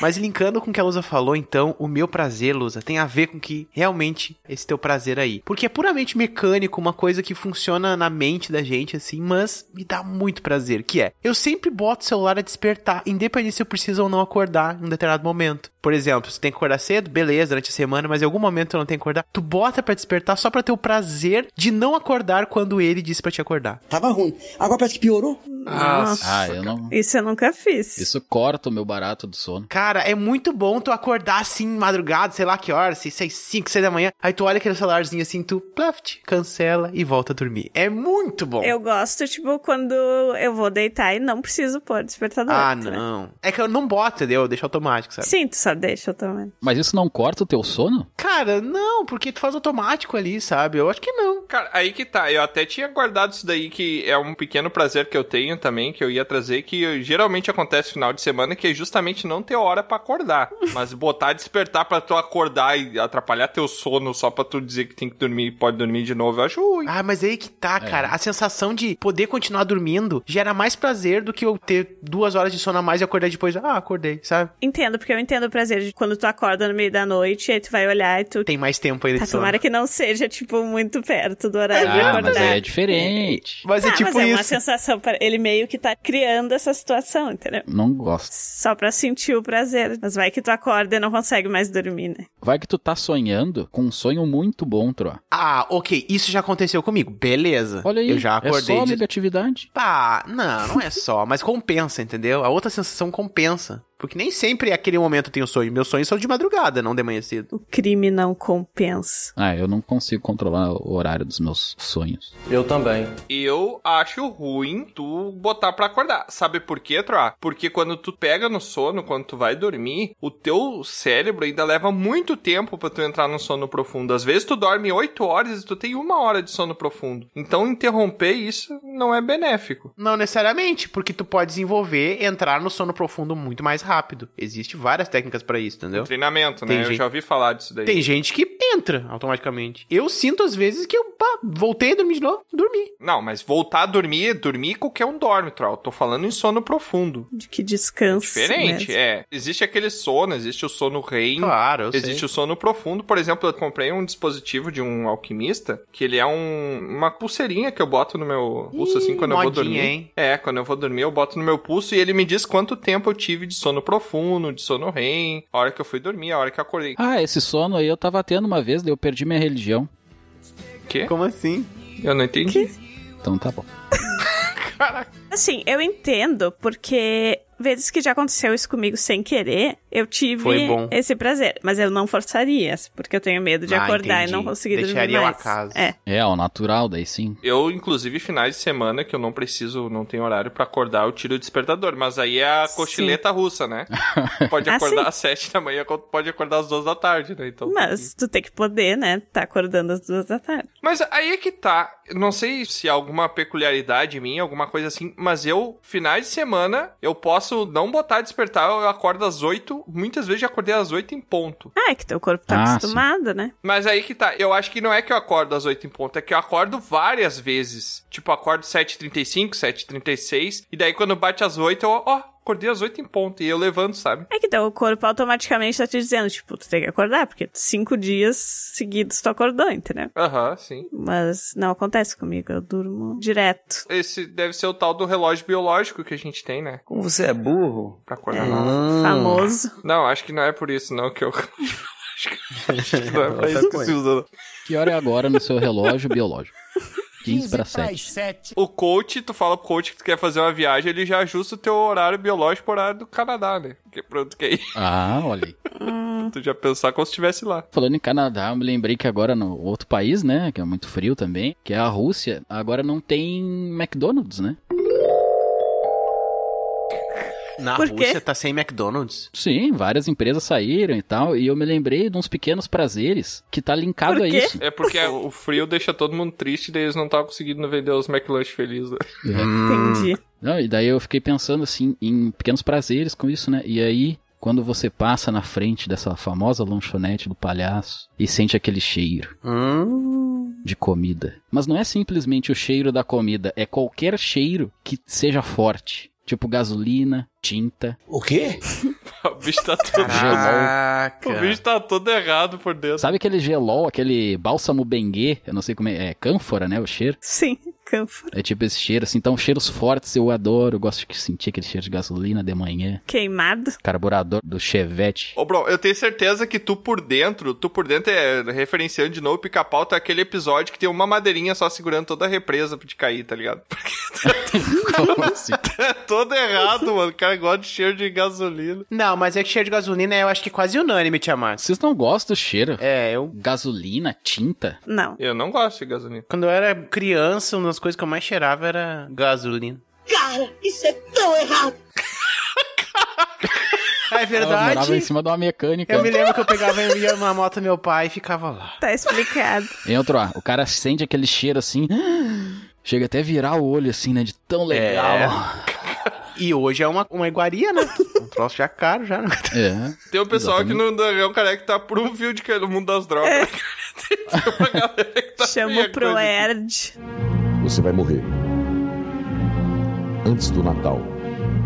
Speaker 2: Mas linkando com o que a Lusa falou, então, o meu prazer, Lusa, tem a ver com que realmente esse teu prazer aí. Porque é puramente mecânico, uma coisa que funciona na mente da gente, assim, mas me dá muito prazer, que é, eu sempre boto o celular a despertar, independente se eu preciso ou não acordar em um determinado momento. Por exemplo, se tem que acordar cedo, beleza, durante a semana, mas em algum momento eu não tenho que acordar, tu bota pra despertar só pra ter o prazer de não acordar quando ele disse pra te acordar.
Speaker 13: Tava ruim. Agora parece que piorou.
Speaker 4: ah, eu não.
Speaker 1: Isso eu nunca fiz.
Speaker 4: Isso corta o meu barato do sono.
Speaker 2: Cara, é muito bom tu acordar assim, madrugada, sei lá que horas, sei, seis, cinco, seis da manhã. Aí tu olha aquele celularzinho assim, tu plaft, cancela e volta a dormir. É muito bom.
Speaker 1: Eu gosto, tipo, quando eu vou deitar e não preciso pôr despertador.
Speaker 2: Ah,
Speaker 1: né?
Speaker 2: não. Tá. É que eu não boto, entendeu? Eu deixo automático, sabe?
Speaker 1: Sim, tu só deixa também.
Speaker 4: Mas isso não corta o teu sono?
Speaker 2: Cara, não, porque tu faz automático ali, sabe? Eu acho que não.
Speaker 3: Cara, aí que tá. Eu até tinha guardado isso daí, que é um pequeno prazer que eu tenho também, que eu ia trazer, que eu- geralmente acontece no final de semana, que é justamente não ter hora pra acordar. Mas botar despertar pra tu acordar e atrapalhar teu sono só pra tu dizer que tem que dormir e pode dormir de novo, eu acho ruim.
Speaker 2: Ah, mas aí que tá,
Speaker 4: É.
Speaker 2: cara. A sensação de poder continuar dormindo gera mais prazer do que eu ter duas horas de sono a mais e acordar depois. Ah, acordei, sabe?
Speaker 1: Entendo, porque eu entendo o prazer de quando tu acorda no meio da noite, aí tu vai olhar e tu.
Speaker 2: Tem mais tempo ainda
Speaker 1: Tá,
Speaker 2: de sono.
Speaker 1: tomara que não seja, tipo, muito perto do horário de
Speaker 4: Ah,
Speaker 1: acordar.
Speaker 4: mas aí é diferente.
Speaker 2: Mas
Speaker 1: Tá,
Speaker 2: é tipo
Speaker 1: mas é uma
Speaker 2: isso.
Speaker 1: sensação. pra- Ele meio que tá criando essa situação, entendeu?
Speaker 4: Não gosto.
Speaker 1: Só pra sentir o prazer. Mas vai que tu acorda e não consegue mais dormir, né?
Speaker 4: Vai que tu tá sonhando com um sonho muito bom, Tro.
Speaker 2: Ah, ok, isso já aconteceu comigo. Beleza.
Speaker 4: Olha aí,
Speaker 2: Eu já
Speaker 4: é
Speaker 2: acordei
Speaker 4: só
Speaker 2: de-
Speaker 4: negatividade.
Speaker 2: Pá, não, não é só, mas compensa, entendeu? A outra sensação compensa. Porque nem sempre é aquele momento tem o sonho. Meus sonhos são de madrugada, não de manhã cedo.
Speaker 1: O crime não compensa.
Speaker 4: Ah, eu não consigo controlar o horário dos meus sonhos.
Speaker 14: Eu também.
Speaker 3: Eu acho ruim tu botar pra acordar. Sabe por quê, Troá? Porque quando tu pega no sono, quando tu vai dormir, o teu cérebro ainda leva muito tempo pra tu entrar no sono profundo. Às vezes tu dorme 8 horas e tu tem uma hora de sono profundo. Então interromper isso não é benéfico.
Speaker 2: Não necessariamente, porque tu pode desenvolver, entrar no sono profundo muito mais rápido. Existem várias técnicas pra isso, entendeu?
Speaker 3: Treinamento, né?
Speaker 2: Tem
Speaker 3: eu
Speaker 2: gente-
Speaker 3: já ouvi falar disso daí.
Speaker 2: Tem gente que entra automaticamente. Eu sinto às vezes que eu pá, voltei a dormir de novo, dormi.
Speaker 3: Não, mas voltar a dormir, dormir qualquer um dorme, Troll. Tô falando em sono profundo.
Speaker 1: De que descanso. né?
Speaker 3: Diferente,
Speaker 1: mesmo.
Speaker 3: é. Existe aquele sono, existe o sono REM.
Speaker 2: Claro, eu
Speaker 3: Existe
Speaker 2: sei.
Speaker 3: o sono profundo. Por exemplo, eu comprei um dispositivo de um alquimista, que ele é um, uma pulseirinha que eu boto no meu pulso, assim, quando eu vou
Speaker 2: modinha,
Speaker 3: dormir.
Speaker 2: hein?
Speaker 3: É, quando eu vou dormir, eu boto no meu pulso e ele me diz quanto tempo eu tive de sono profundo, de sono REM, a hora que eu fui dormir, a hora que eu acordei.
Speaker 4: Ah, esse sono aí eu tava tendo uma vez, daí eu perdi minha religião.
Speaker 3: Quê?
Speaker 2: Como assim?
Speaker 3: Eu não entendi.
Speaker 4: Então tá bom.
Speaker 1: Assim, eu entendo, porque vezes que já aconteceu isso comigo sem querer, eu tive
Speaker 2: Foi bom.
Speaker 1: esse prazer. Mas eu não forçaria, porque eu tenho medo de
Speaker 3: Ah,
Speaker 1: acordar
Speaker 3: entendi.
Speaker 1: e não conseguir
Speaker 3: Deixaria o
Speaker 1: dormir mais.
Speaker 3: acaso.
Speaker 1: É.
Speaker 4: É, ao natural, daí sim.
Speaker 3: Eu, inclusive, finais de semana que eu não preciso, não tenho horário pra acordar, eu tiro o despertador. Mas aí é a cochileta russa, né? Pode
Speaker 1: Ah,
Speaker 3: acordar
Speaker 1: sim.
Speaker 3: às sete da manhã, quando pode acordar às duas da tarde, né? Então.
Speaker 1: Mas tu tem que poder, né? Tá acordando às duas da tarde.
Speaker 3: Mas aí é que tá. Não sei se é alguma peculiaridade minha, alguma coisa assim, mas eu, finais de semana, eu posso não botar despertar, eu acordo às oito. Muitas vezes já acordei às oito em ponto.
Speaker 1: Ah, é que teu corpo tá
Speaker 3: Ah, sim.
Speaker 1: acostumado, né?
Speaker 3: Mas aí que tá, eu acho que não é que eu acordo às 8 em ponto, é que eu acordo várias vezes. Tipo, eu acordo 7h35, 7h36, e daí quando bate às 8, eu, ó, acordei às 8 em ponto, e eu levanto, sabe?
Speaker 1: É que teu corpo automaticamente tá te dizendo, tipo, tu tem que acordar, porque cinco dias seguidos tu acordou, entendeu?
Speaker 3: Aham, sim.
Speaker 1: Mas não acontece comigo, eu durmo direto.
Speaker 3: Esse deve ser o tal do relógio biológico que a gente tem, né?
Speaker 14: Como você é burro.
Speaker 3: Pra acordar
Speaker 14: É,
Speaker 3: lá.
Speaker 14: famoso.
Speaker 3: Não, acho que não é por isso, não, que eu... acho que não é pra isso que se usa, não.
Speaker 4: Que hora é agora no seu relógio biológico? 15 para 7.
Speaker 3: O coach, tu fala pro coach que tu quer fazer uma viagem, ele já ajusta o teu horário biológico pro horário do Canadá, né? Porque pronto, que aí...
Speaker 4: Ah, olha aí.
Speaker 3: tu já pensar como se estivesse lá.
Speaker 4: Falando em Canadá, eu me lembrei que agora no outro país, né, que é muito frio também, que é a Rússia, agora não tem McDonald's, né?
Speaker 2: Na
Speaker 4: Por quê?
Speaker 2: Rússia tá sem McDonald's.
Speaker 4: Sim, várias empresas saíram e tal, e eu me lembrei de uns pequenos prazeres que tá linkado a isso.
Speaker 3: É porque o frio deixa todo mundo triste, daí eles não estavam conseguindo vender os McLunch felizes. Né?
Speaker 2: Hum,
Speaker 4: Entendi. Não, e daí eu fiquei pensando assim em pequenos prazeres com isso, né? E aí, quando você passa na frente dessa famosa lanchonete do palhaço e sente aquele cheiro
Speaker 2: hum.
Speaker 4: de comida. Mas não é simplesmente o cheiro da comida, é qualquer cheiro que seja forte. Tipo gasolina, tinta.
Speaker 14: O quê?
Speaker 3: O bicho tá todo
Speaker 4: Caraca.
Speaker 3: O bicho tá todo errado por dentro.
Speaker 4: Sabe aquele gelol, aquele bálsamo bengue? Eu não sei como é. É cânfora, né? O cheiro?
Speaker 1: Sim, cânfora.
Speaker 4: É tipo esse cheiro, assim. Então, cheiros fortes eu adoro. Eu gosto de sentir aquele cheiro de gasolina de manhã.
Speaker 1: Queimado.
Speaker 4: Carburador do Chevette.
Speaker 3: Ô, Bro, eu tenho certeza que tu por dentro, tu por dentro é referenciando de novo o pica-pau, tá aquele episódio que tem uma madeirinha só segurando toda a represa de cair, tá ligado? Porque tá todo errado, mano. O cara gosta de cheiro de gasolina.
Speaker 2: Não, mas é que cheiro de gasolina é, eu acho que quase unânime, Tiamat.
Speaker 4: Vocês não gostam do cheiro?
Speaker 2: É, eu...
Speaker 4: Gasolina, tinta?
Speaker 1: Não.
Speaker 3: Eu não gosto de gasolina.
Speaker 2: Quando eu era criança, uma das coisas que eu mais cheirava era gasolina.
Speaker 6: Cara, isso é tão errado.
Speaker 2: É
Speaker 4: Eu morava em
Speaker 2: verdade.
Speaker 4: cima de uma mecânica.
Speaker 2: Eu me lembro que eu pegava e ia numa moto do meu pai e ficava lá.
Speaker 1: Tá explicado.
Speaker 4: Em outro ar, o cara sente aquele cheiro assim. Chega até a virar o olho assim, né? De tão legal.
Speaker 2: E hoje é uma, uma iguaria, né? Um troço já caro, já.
Speaker 4: É.
Speaker 3: Tem um pessoal que no Dragão Careca tá por um fio de cair no mundo das drogas. É.
Speaker 2: Tá
Speaker 1: Chama o Proerd.
Speaker 15: Você vai morrer. Antes do Natal.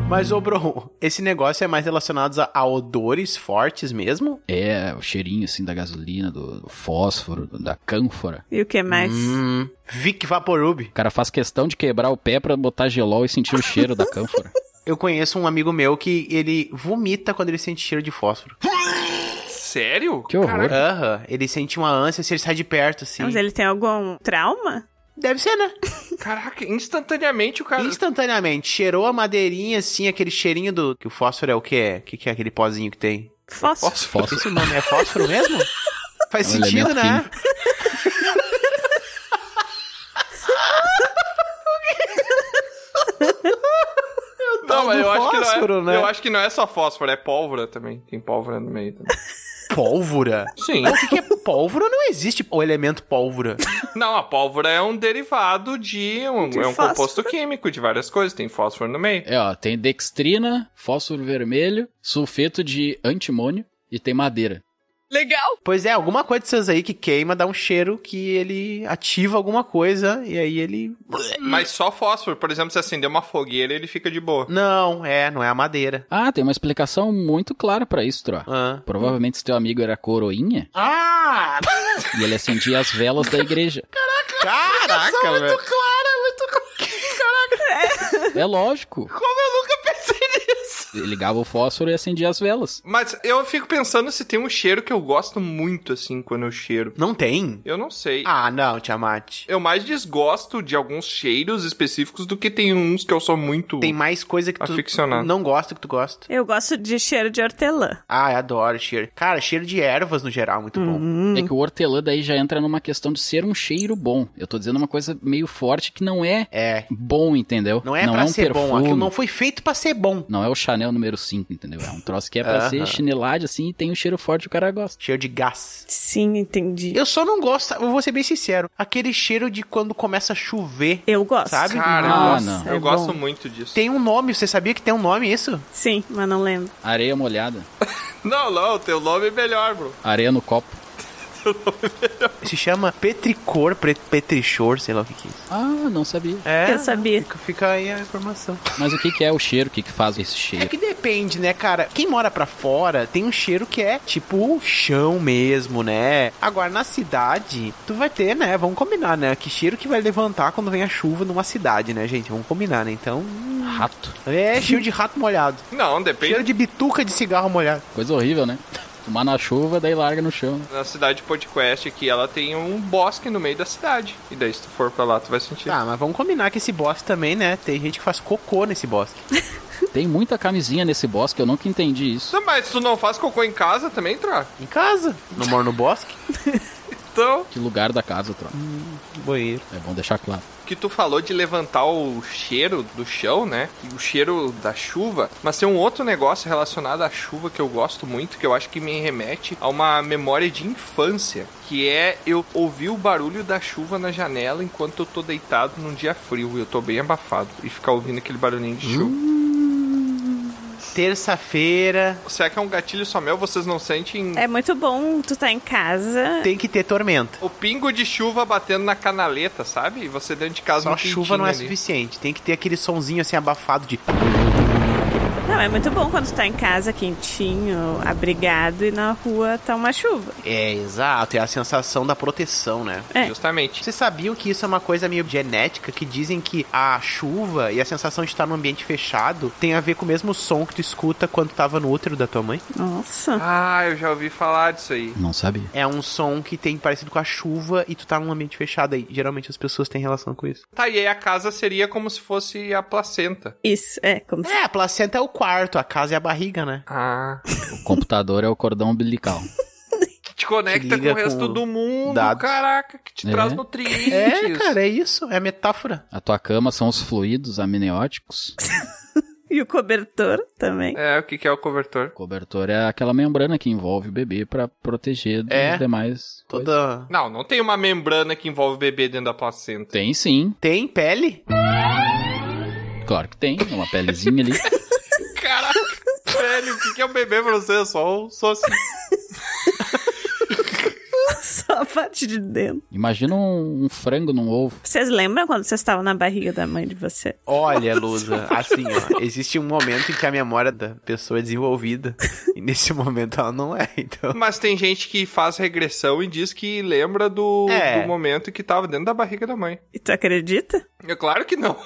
Speaker 2: Mas, ô, Bro, esse negócio é mais relacionado a, a odores fortes mesmo?
Speaker 4: É, o cheirinho assim da gasolina, do, do fósforo, do- da cânfora.
Speaker 1: E o que mais?
Speaker 2: Hum. Vic Vaporub.
Speaker 4: O cara faz questão de quebrar o pé pra botar gelol e sentir o cheiro da cânfora.
Speaker 2: Eu conheço um amigo meu que ele vomita quando ele sente cheiro de fósforo.
Speaker 3: Sério?
Speaker 4: Que horror.
Speaker 2: Aham, ele sente uma ânsia se ele sai de perto, assim.
Speaker 1: Mas ele tem algum trauma?
Speaker 2: Deve ser, né?
Speaker 3: Caraca, instantaneamente o cara.
Speaker 2: Instantaneamente, cheirou a madeirinha, assim, aquele cheirinho do... Que o fósforo é o quê? O que, que é aquele pozinho que tem?
Speaker 1: Fósforo.
Speaker 2: Fósforo. Esse nome é fósforo mesmo? Faz
Speaker 4: É um
Speaker 2: sentido,
Speaker 4: elemento
Speaker 2: né?
Speaker 3: Não, mas eu acho, que
Speaker 2: Tá Fósforo,
Speaker 3: não é,
Speaker 2: né?
Speaker 3: eu acho que não é só fósforo, é pólvora também. Tem pólvora no meio também.
Speaker 2: Pólvora?
Speaker 3: Sim.
Speaker 2: O que, que é pólvora? Não existe o elemento pólvora.
Speaker 3: Não, a pólvora é um derivado de. Um,
Speaker 2: De
Speaker 3: é um
Speaker 2: fósforo.
Speaker 3: composto químico de várias coisas, tem fósforo no meio.
Speaker 4: É, ó, tem dextrina, fósforo vermelho, sulfeto de antimônio e tem madeira.
Speaker 2: Legal! Pois é, alguma coisa dessas aí que queima dá um cheiro que ele ativa alguma coisa e aí ele. Uhum.
Speaker 3: Mas só fósforo, por exemplo, se acender uma fogueira, ele fica de boa.
Speaker 2: Não, é, não é a madeira.
Speaker 4: Ah, tem uma explicação muito clara pra isso, Tro. Provavelmente se teu amigo era coroinha
Speaker 2: Ah!
Speaker 4: e ele acendia as velas da igreja.
Speaker 2: Caraca,
Speaker 3: velho.
Speaker 2: é muito
Speaker 3: clara, muito clara. Caraca.
Speaker 4: É lógico.
Speaker 3: Como eu nunca pensei nisso?
Speaker 4: ligava o fósforo e acendia as velas.
Speaker 3: Mas eu fico pensando se tem um cheiro que eu gosto muito, assim, quando eu cheiro.
Speaker 2: Não tem?
Speaker 3: Eu não sei.
Speaker 2: Ah, não, Tiamat.
Speaker 3: Eu mais desgosto de alguns cheiros específicos do que tem uns que eu sou muito.
Speaker 2: Tem mais coisa que tu
Speaker 3: Uh, aficionado.
Speaker 2: não gosta que tu gosta.
Speaker 1: Eu gosto de cheiro de hortelã.
Speaker 2: Ah, eu adoro cheiro. Cara, cheiro de ervas no geral, muito Hum.
Speaker 4: É que o hortelã daí já entra numa questão de ser um cheiro bom. Eu tô dizendo uma coisa meio forte que não é, bom, entendeu?
Speaker 2: bom. Não é pra
Speaker 4: um
Speaker 2: ser bom, aquilo
Speaker 4: perfume.
Speaker 2: não foi feito pra ser bom.
Speaker 4: Não é o Chanel número 5, entendeu? É um troço que é pra
Speaker 2: Aham.
Speaker 4: ser chinelade, assim, e tem um cheiro forte o cara gosta.
Speaker 2: Cheiro de gás.
Speaker 1: Sim, entendi.
Speaker 2: Eu só não gosto, eu vou ser bem sincero, aquele cheiro de quando começa a chover.
Speaker 1: Eu gosto.
Speaker 2: Sabe?
Speaker 3: Cara, eu
Speaker 4: Ah,
Speaker 3: gosto,
Speaker 4: não.
Speaker 3: eu
Speaker 2: É
Speaker 3: gosto
Speaker 2: bom.
Speaker 3: muito disso.
Speaker 2: Tem um nome, você sabia que tem um nome isso?
Speaker 1: Sim, mas não lembro.
Speaker 4: Areia molhada.
Speaker 3: Não, não, teu nome é melhor, bro.
Speaker 4: Areia no copo.
Speaker 2: Se chama petricor, pre- petrichor, sei lá o que que é isso.
Speaker 4: Ah, não sabia.
Speaker 2: É,
Speaker 1: Eu sabia.
Speaker 2: Fica, fica aí a informação.
Speaker 4: Mas o que, que é o cheiro? O que, que faz esse cheiro?
Speaker 2: É que depende, né, cara? Quem mora pra fora tem um cheiro que é tipo chão mesmo, né? Agora na cidade, tu vai ter, né? Vamos combinar, né? Que cheiro que vai levantar quando vem a chuva numa cidade, né, gente? Vamos combinar, né? Então.
Speaker 4: Rato.
Speaker 2: É cheiro de rato molhado.
Speaker 3: Não, depende.
Speaker 2: Cheiro de bituca de cigarro molhado.
Speaker 4: Coisa horrível, né? Tomar na chuva, daí larga no chão.
Speaker 3: Na cidade podcast aqui, ela tem um bosque no meio da cidade. E daí, se tu for pra lá, tu vai sentir.
Speaker 2: Tá, mas vamos combinar que esse bosque também, né? Tem gente que faz cocô nesse bosque.
Speaker 4: Tem muita camisinha nesse bosque, eu nunca entendi isso.
Speaker 3: Não, Mas tu não faz cocô em casa também, Tra?
Speaker 2: Em casa. Não mora no bosque?
Speaker 3: Então,
Speaker 4: Que lugar da casa, troca.
Speaker 2: Banheiro.
Speaker 4: É bom deixar claro.
Speaker 3: que tu falou de levantar o cheiro do chão, né? E o cheiro da chuva. Mas tem um outro negócio relacionado à chuva que eu gosto muito, que eu acho que me remete a uma memória de infância. Que é eu ouvir o barulho da chuva na janela enquanto eu tô deitado num dia frio. E eu tô bem abafado. E ficar ouvindo aquele barulhinho de chuva.
Speaker 2: Hum. Terça-feira.
Speaker 3: Será que é um gatilho só meu? Vocês não sentem
Speaker 1: É muito bom tu tá em casa.
Speaker 2: Tem que ter tormenta.
Speaker 3: O pingo de chuva batendo na canaleta, sabe? E você dentro de casa
Speaker 2: Só
Speaker 3: no
Speaker 2: a chuva
Speaker 3: quentinho
Speaker 2: não é
Speaker 3: ali.
Speaker 2: suficiente. Tem que ter aquele sonzinho assim abafado de.
Speaker 1: Não, é muito bom quando tu tá em casa quentinho, abrigado e na rua tá uma chuva.
Speaker 2: É, exato. É a sensação da proteção, né?
Speaker 1: É.
Speaker 3: Justamente.
Speaker 2: Vocês sabiam que isso é uma coisa meio genética, que dizem que a chuva e a sensação de estar num ambiente fechado tem a ver com o mesmo som que tu escuta quando tava no útero da tua mãe?
Speaker 1: Nossa.
Speaker 3: Ah, eu já ouvi falar disso aí.
Speaker 4: Não sabia.
Speaker 2: É um som que tem parecido com a chuva e tu tá num ambiente fechado aí. Geralmente as pessoas têm relação com isso.
Speaker 3: Tá, e aí a casa seria como se fosse a placenta.
Speaker 1: Isso, é como se...
Speaker 2: É, a placenta é o quarto, a casa é a barriga, né?
Speaker 3: Ah.
Speaker 4: O computador é o cordão umbilical.
Speaker 3: Que te conecta
Speaker 2: Que
Speaker 3: com
Speaker 2: liga
Speaker 3: o resto
Speaker 2: com
Speaker 3: do mundo,
Speaker 2: dados.
Speaker 3: caraca, que te
Speaker 4: É.
Speaker 3: traz nutrientes.
Speaker 2: É, cara, é isso. É a metáfora.
Speaker 4: A tua cama são os fluidos amnióticos.
Speaker 1: E o cobertor também.
Speaker 3: É, o que que é o cobertor?
Speaker 4: O cobertor é aquela membrana que envolve o bebê pra proteger dos
Speaker 2: É.
Speaker 4: demais. coisas.
Speaker 2: Toda.
Speaker 3: Não, não tem uma membrana que envolve o bebê dentro da placenta.
Speaker 4: Tem sim,
Speaker 2: Tem pele?
Speaker 4: claro que tem. É Uma pelezinha ali.
Speaker 3: Caraca, velho, o que que é um bebê pra você? Só um só assim.
Speaker 1: Só a parte de dentro.
Speaker 4: Imagina um, um frango num ovo.
Speaker 1: Vocês lembram quando vocês estavam na barriga da mãe de você?
Speaker 2: Olha, Lusa, assim, ó, existe um momento em que a memória da pessoa é desenvolvida. E nesse momento ela não é, então.
Speaker 3: Mas tem gente que faz regressão e diz que lembra do,
Speaker 2: É.
Speaker 3: do momento que tava dentro da barriga da mãe.
Speaker 1: E tu acredita?
Speaker 3: É claro que não.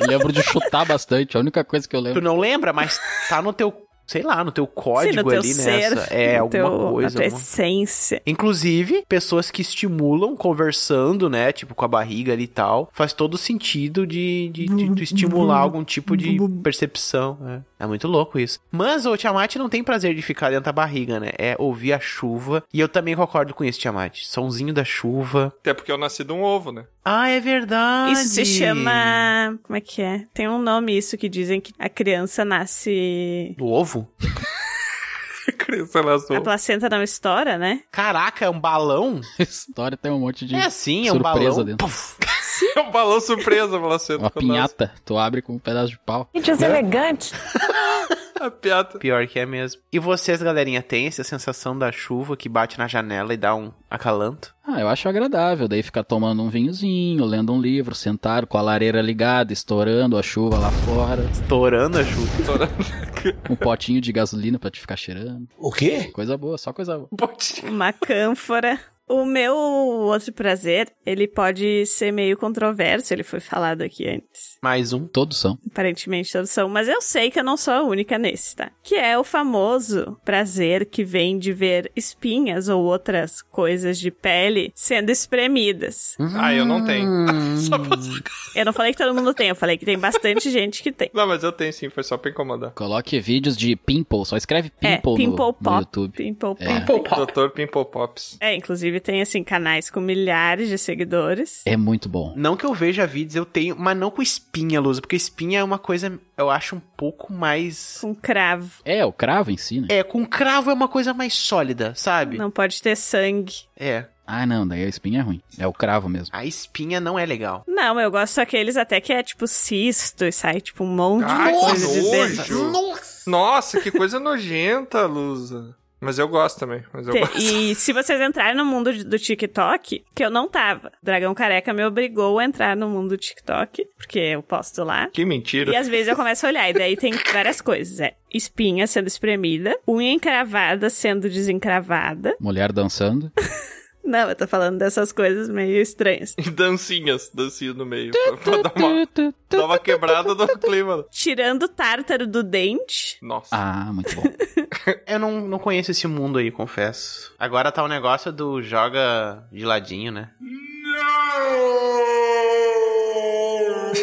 Speaker 4: Eu lembro de chutar bastante. A única coisa que eu
Speaker 2: Tu
Speaker 4: lembro.
Speaker 2: não lembra, mas tá no teu, sei lá, no teu
Speaker 1: Sim,
Speaker 2: código
Speaker 1: no teu
Speaker 2: ali
Speaker 1: ser,
Speaker 2: nessa. É,
Speaker 1: no
Speaker 2: alguma
Speaker 1: teu- na
Speaker 2: coisa.
Speaker 1: tua
Speaker 2: alguma-
Speaker 1: essência.
Speaker 2: Inclusive, pessoas que estimulam conversando, né? Tipo, com a barriga ali e tal. Faz todo sentido de, de, de tu estimular algum tipo de percepção. É, É muito louco isso. Mas o Tiamat não tem prazer de ficar dentro da barriga, né? É ouvir a chuva. E eu também concordo com isso, Tiamat. Sonzinho da chuva.
Speaker 3: Até porque eu nasci de um ovo, né?
Speaker 2: Ah, é verdade.
Speaker 1: Isso se chama... Como é que é? Tem um nome isso que dizem que a criança nasce...
Speaker 2: Do ovo?
Speaker 3: Criança nasceu.
Speaker 2: É
Speaker 1: A placenta não estoura, né?
Speaker 2: Caraca, é um balão?
Speaker 4: A história tem um monte de.
Speaker 2: É assim, é um
Speaker 4: Surpresa
Speaker 2: balão.
Speaker 4: dentro.
Speaker 2: Puf.
Speaker 3: É um balão surpresa, balacento.
Speaker 4: Uma pinhata. Tu abre com um pedaço de pau.
Speaker 12: Gente, os elegantes.
Speaker 3: A piata.
Speaker 2: Pior que é mesmo. E vocês, galerinha, tem essa sensação da chuva que bate na janela e dá um acalanto?
Speaker 4: Ah, eu acho agradável. Daí ficar tomando um vinhozinho, lendo um livro, sentado com a lareira ligada, estourando a chuva lá fora.
Speaker 2: Estourando a chuva.
Speaker 4: Um potinho de gasolina pra te ficar cheirando.
Speaker 11: O quê?
Speaker 3: Um
Speaker 4: Coisa boa, só coisa boa.
Speaker 1: Uma cânfora. O meu outro prazer, ele pode ser meio controverso, ele foi falado aqui antes.
Speaker 2: Mais um.
Speaker 4: Todos são.
Speaker 1: Aparentemente todos são, mas eu sei que eu não sou a única nesse, tá? Que é o famoso prazer que vem de ver espinhas ou outras coisas de pele sendo espremidas.
Speaker 3: Ah, eu não tenho.
Speaker 1: Hum.
Speaker 3: só pra sacar.
Speaker 1: Eu não falei que todo mundo tem, eu falei que tem bastante gente que tem.
Speaker 3: Não, mas eu tenho sim, foi só pra incomodar.
Speaker 4: Coloque vídeos de pimple, só escreve
Speaker 1: É,
Speaker 4: pimple, no-
Speaker 1: pimple
Speaker 4: no,
Speaker 1: pop.
Speaker 4: YouTube.
Speaker 1: Pimple pop.
Speaker 4: É.
Speaker 3: Doutor Pimple Pops.
Speaker 1: É, inclusive tem assim canais com milhares de seguidores.
Speaker 4: É muito bom.
Speaker 2: Não que eu veja vídeos, eu tenho, mas não com espinha, Lusa, porque espinha é uma coisa, eu acho um pouco mais.
Speaker 1: Com cravo.
Speaker 4: É, o cravo em si, né?
Speaker 2: É, com cravo é uma coisa mais sólida, sabe?
Speaker 1: Não pode ter sangue.
Speaker 2: É.
Speaker 4: Ah, não, daí a espinha é ruim. É o cravo mesmo.
Speaker 2: A espinha não é legal.
Speaker 1: Não, eu gosto daqueles até que é tipo cisto e sai tipo um monte
Speaker 3: Ai,
Speaker 1: de
Speaker 3: que
Speaker 1: coisa de dentro.
Speaker 3: nojo. Nossa. que coisa nojenta, Lusa. Mas eu gosto também. Mas eu
Speaker 1: Te-
Speaker 3: gosto.
Speaker 1: E se vocês entrarem no mundo de- do TikTok, que eu não tava, Dragão Careca me obrigou a entrar no mundo do TikTok, porque eu posto lá.
Speaker 3: Que mentira.
Speaker 1: E é- às vezes eu começo a olhar, e daí tem várias coisas: é espinha sendo espremida, unha encravada sendo desencravada.
Speaker 4: Mulher dançando.
Speaker 1: Não, eu tô falando dessas coisas meio estranhas.
Speaker 3: E dancinhas, dancinha no meio. Pra, pra dar, uma, dar uma quebrada no clima.
Speaker 1: Tirando o tártaro do dente.
Speaker 3: Nossa.
Speaker 4: Ah, muito bom.
Speaker 2: Eu não, não conheço esse mundo aí, confesso. Agora tá o negócio do joga de ladinho, né?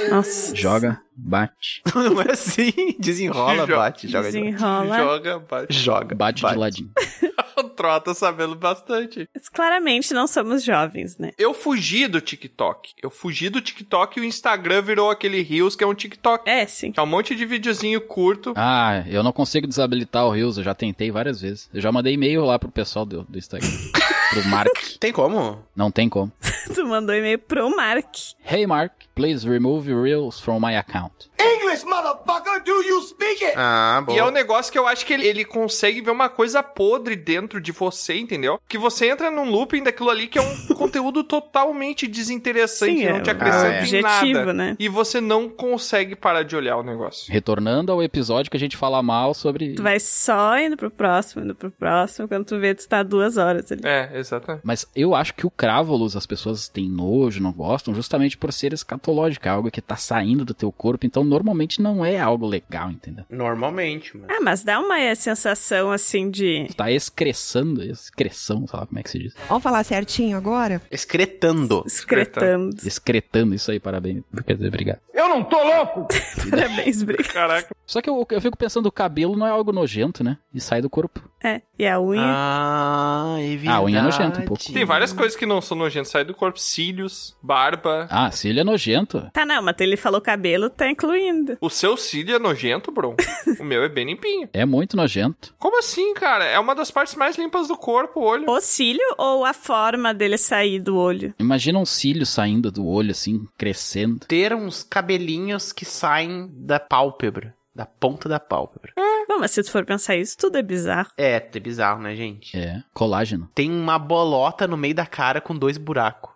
Speaker 1: Nossa.
Speaker 4: Joga, bate.
Speaker 2: Não é assim. Desenrola,
Speaker 3: Jo-
Speaker 2: bate, joga de ladinho.
Speaker 1: Desenrola.
Speaker 3: Joga, bate.
Speaker 2: Joga.
Speaker 4: Bate, de ladinho.
Speaker 3: Trota sabendo bastante.
Speaker 1: Mas claramente não somos jovens, né?
Speaker 3: Eu fugi do TikTok. Eu fugi do TikTok e o Instagram virou aquele Reels que é um TikTok.
Speaker 1: É, sim.
Speaker 3: Que é um monte de videozinho curto.
Speaker 4: Ah, eu não consigo desabilitar o Reels, eu já tentei várias vezes. Eu já mandei e-mail lá pro pessoal do, do Instagram. pro Mark.
Speaker 2: Tem como?
Speaker 4: Não tem como.
Speaker 1: Tu mandou e-mail pro Mark.
Speaker 4: Hey Mark, please remove Reels from my account.
Speaker 6: English, motherfucker, do you speak it?
Speaker 2: Ah,
Speaker 3: E é um negócio que eu acho que ele, ele consegue ver uma coisa podre dentro de você, entendeu? Que você entra num looping daquilo ali que é um conteúdo totalmente desinteressante,
Speaker 1: Sim,
Speaker 3: não
Speaker 1: é
Speaker 3: te
Speaker 1: o-
Speaker 3: acrescenta
Speaker 1: é.
Speaker 3: em nada.
Speaker 1: objetivo, né?
Speaker 3: E você não consegue parar de olhar o negócio.
Speaker 4: Retornando ao episódio que a gente fala mal sobre.
Speaker 1: Tu vai só indo pro próximo, indo pro próximo. Quando tu vê, tu tá duas horas ali.
Speaker 3: É, exatamente.
Speaker 4: Mas eu acho que o Crávolos as pessoas têm nojo, não gostam, justamente por ser escatológico, é algo que tá saindo do teu corpo, então normalmente não é algo legal, entendeu?
Speaker 2: Normalmente, mano.
Speaker 1: Ah, mas dá uma sensação assim de.
Speaker 4: Tá excrescendo, excreção, sei lá como é que se diz.
Speaker 9: Vamos falar certinho agora?
Speaker 2: Excretando.
Speaker 1: Excretando.
Speaker 4: Excretando isso aí, parabéns. Quer dizer, obrigado.
Speaker 3: Eu não tô louco!
Speaker 1: Parabéns, Brick.
Speaker 3: Caraca.
Speaker 4: Só que eu, eu fico pensando, o cabelo não é algo nojento, né? E sai do corpo.
Speaker 1: É. E a unha.
Speaker 2: Ah, é verdade.
Speaker 4: Ah, unha nojenta um pouco.
Speaker 3: Tem várias coisas que não são nojentas. Sai do corpo, cílios, barba.
Speaker 4: Ah, se ele é nojento.
Speaker 1: Tá, não, mas ele falou cabelo, tá incluindo.
Speaker 3: O seu cílio é nojento, Bron? o meu é bem limpinho.
Speaker 4: É muito nojento.
Speaker 3: Como assim, cara? É uma das partes mais limpas do corpo, o olho.
Speaker 1: O cílio ou a forma dele sair do olho?
Speaker 4: Imagina um cílio saindo do olho, assim, crescendo.
Speaker 2: Ter uns cabelinhos que saem da pálpebra. Da ponta da pálpebra.
Speaker 1: Bom, mas se tu for pensar isso, tudo é bizarro.
Speaker 2: É, é bizarro, né, gente?
Speaker 4: É, colágeno.
Speaker 2: Tem uma bolota no meio da cara com dois buracos.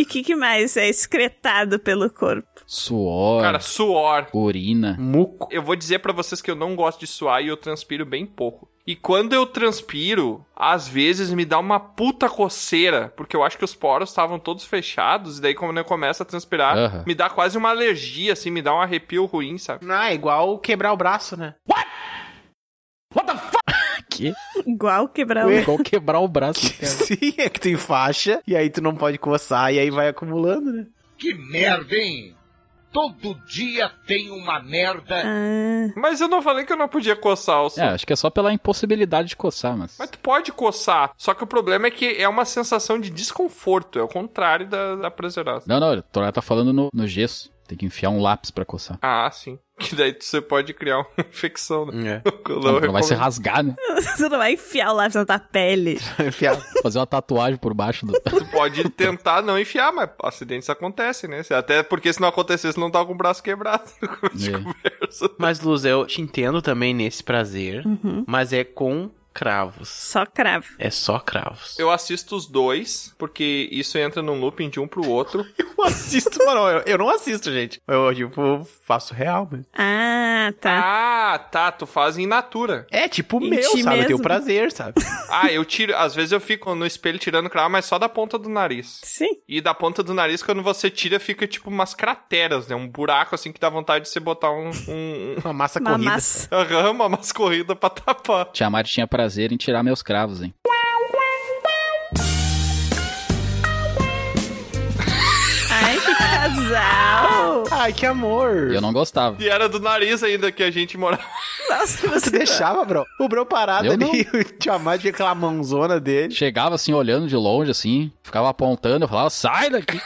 Speaker 1: E o que, que mais é excretado pelo corpo?
Speaker 4: Suor,
Speaker 3: Cara, suor.
Speaker 4: urina.
Speaker 2: Muco.
Speaker 3: Eu vou dizer pra vocês que eu não gosto de suar e eu transpiro bem pouco. E quando eu transpiro, às vezes me dá uma puta coceira, porque eu acho que os poros estavam todos fechados, e daí quando eu começo a transpirar,
Speaker 4: Aham.
Speaker 3: me dá quase uma alergia, assim, me dá um arrepio ruim, sabe?
Speaker 2: Ah, é igual quebrar o braço, né?
Speaker 4: Que?
Speaker 1: Igual quebrar o.
Speaker 4: Igual quebrar o braço.
Speaker 2: Sim, é que tem faixa, e aí tu não pode coçar, e aí vai acumulando, né?
Speaker 14: Que merda, hein? Todo dia tem uma merda.
Speaker 1: Ah,
Speaker 3: Mas eu não falei que eu não podia coçar o
Speaker 4: É, acho que é só pela impossibilidade de coçar, mas.
Speaker 3: Mas tu pode coçar, só que o problema é que é uma sensação de desconforto, é o contrário da, da prazerosa.
Speaker 4: Não, não, o Torá tá falando no, no gesso. Tem que enfiar um lápis pra coçar.
Speaker 3: Ah, sim. Que daí você pode criar uma infecção, né?
Speaker 2: É.
Speaker 3: Eu
Speaker 4: Não, não vai
Speaker 3: recomendo.
Speaker 4: se rasgar, né?
Speaker 1: tu não vai enfiar o lápis na tua pele.
Speaker 2: Enfiar.
Speaker 4: Fazer uma tatuagem por baixo do.
Speaker 3: Tu pode tentar não enfiar, mas acidentes acontecem, né? Até porque se não acontecesse, não tava com o braço quebrado. Como a gente
Speaker 4: É.
Speaker 3: conversa.
Speaker 2: Uhum. Mas, Luz, eu te entendo também nesse prazer, mas é com cravos.
Speaker 1: Só cravo.
Speaker 2: É só cravos.
Speaker 3: Eu assisto os dois, porque isso entra num looping de um pro outro.
Speaker 2: Eu assisto, mano. Eu, eu não assisto, gente. Eu, tipo, faço real mesmo.
Speaker 1: Ah,
Speaker 3: tá. Ah, tá. Tu faz em natura.
Speaker 2: É tipo o meu, sabe? Eu tenho prazer, sabe?
Speaker 3: Ah, eu tiro. Às vezes eu fico no espelho tirando cravo, mas só da ponta do nariz.
Speaker 1: Sim.
Speaker 3: E da ponta do nariz, quando você tira, fica tipo umas crateras, né? Um buraco assim que dá vontade de você botar um. um-
Speaker 2: Uma massa
Speaker 1: Uma
Speaker 2: corrida.
Speaker 1: massa.
Speaker 3: Aham, uma massa corrida pra tapar.
Speaker 4: Tiamat tinha prazer em tirar meus cravos, hein?
Speaker 1: Ai, que casal.
Speaker 2: Ai, que amor.
Speaker 4: E eu não gostava.
Speaker 3: E era do nariz ainda que a gente morava.
Speaker 1: Nossa,
Speaker 2: Você deixava, bro. O bro parado
Speaker 4: Eu
Speaker 2: ali, o Tiamat fica aquela mãozona dele.
Speaker 4: Chegava assim, olhando de longe, assim, ficava apontando, eu falava, sai daqui!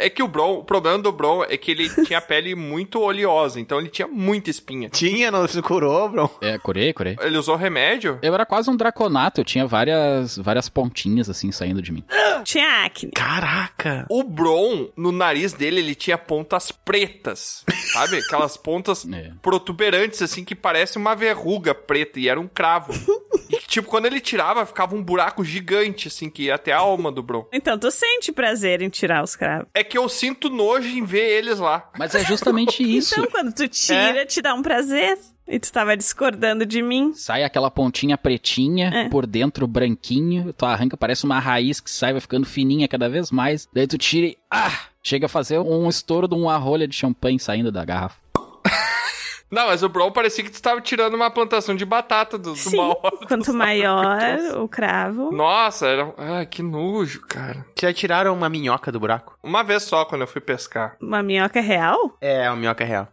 Speaker 3: É que o Bron, o problema do Bron é que ele tinha a pele muito oleosa, então ele tinha muita espinha.
Speaker 2: Tinha, não se curou, bro.
Speaker 4: É, curei, curei.
Speaker 3: Ele usou remédio?
Speaker 4: Eu era quase um draconato, eu tinha várias, várias pontinhas assim saindo de mim.
Speaker 1: tá- Tinha acne.
Speaker 2: Caraca.
Speaker 3: O Bron, no nariz dele, ele tinha pontas pretas, sabe? Aquelas pontas
Speaker 4: É.
Speaker 3: protuberantes, assim, que parece uma verruga preta, e era um cravo. E, tipo, quando ele tirava, ficava um buraco gigante, assim, que ia até a alma do Bron.
Speaker 1: Então, tu sente prazer em tirar os cravos.
Speaker 3: É que eu sinto nojo em ver eles lá.
Speaker 4: Mas é justamente isso.
Speaker 1: Então, quando tu tira, te dá um prazer. E tu tava discordando de mim.
Speaker 4: Sai aquela pontinha pretinha, por dentro branquinho, tu arranca, parece uma raiz que sai, vai ficando fininha cada vez mais. Daí tu tira e. Ah! Chega a fazer um estouro de uma rolha de champanhe saindo da garrafa.
Speaker 3: Não, mas o Bron parecia que tu tava tirando uma plantação de batata do, do
Speaker 1: Sim.
Speaker 3: mal.
Speaker 1: Quanto maior o cravo.
Speaker 3: Nossa, era... um, Ai, que nojo, cara.
Speaker 2: Já tiraram uma minhoca do buraco?
Speaker 3: Uma vez só, quando eu fui pescar.
Speaker 1: Uma minhoca real?
Speaker 2: É, uma minhoca real.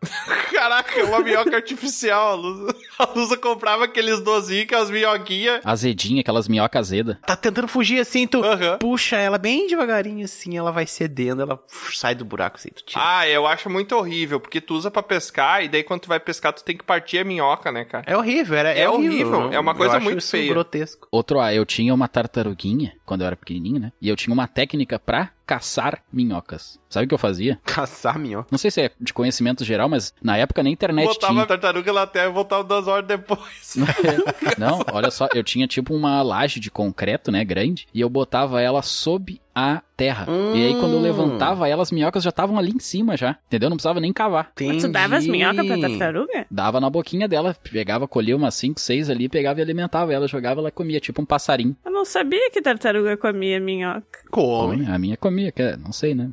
Speaker 3: Caraca, uma minhoca artificial. A Lusa, a Lusa comprava aqueles dozinhos com as minhoquinhas.
Speaker 4: Azedinha, aquelas minhocas azeda.
Speaker 2: Tá tentando fugir assim, tu
Speaker 3: Aham.
Speaker 2: puxa ela bem devagarinho assim, ela vai cedendo, ela uf, sai do buraco assim, tu tira.
Speaker 3: Ah, eu acho muito horrível, porque tu usa pra pescar e daí quando tu vai pescar tu tem que partir a minhoca, né, cara?
Speaker 2: É horrível, era,
Speaker 3: É horrível,
Speaker 2: não-
Speaker 3: é uma coisa
Speaker 2: eu acho
Speaker 3: muito
Speaker 2: isso
Speaker 3: feia.
Speaker 2: grotesco.
Speaker 4: Outro, ah, eu tinha uma tartaruguinha, quando eu era pequenininho, né? E eu tinha uma técnica pra caçar minhocas. Sabe o que eu fazia?
Speaker 2: Caçar minhoca.
Speaker 4: Não sei se é de conhecimento geral, mas na época nem internet
Speaker 3: Botava a tartaruga lá até voltava duas horas depois.
Speaker 4: tinha. Não, olha só, eu tinha tipo uma laje de concreto, né, grande, e eu botava ela sob a terra. E aí quando eu
Speaker 2: Hum.
Speaker 4: levantava ela, as minhocas já estavam ali em cima já, entendeu? Não precisava nem cavar.
Speaker 1: Mas
Speaker 2: Entendi.
Speaker 1: tu dava as minhocas pra tartaruga?
Speaker 4: Dava na boquinha dela, pegava, colhia umas 5, 6 ali, pegava e alimentava ela, jogava, ela comia, tipo um passarinho.
Speaker 1: Eu não sabia que tartaruga comia minhoca.
Speaker 2: Come.
Speaker 4: Come, a minha comia, que é, não sei, né?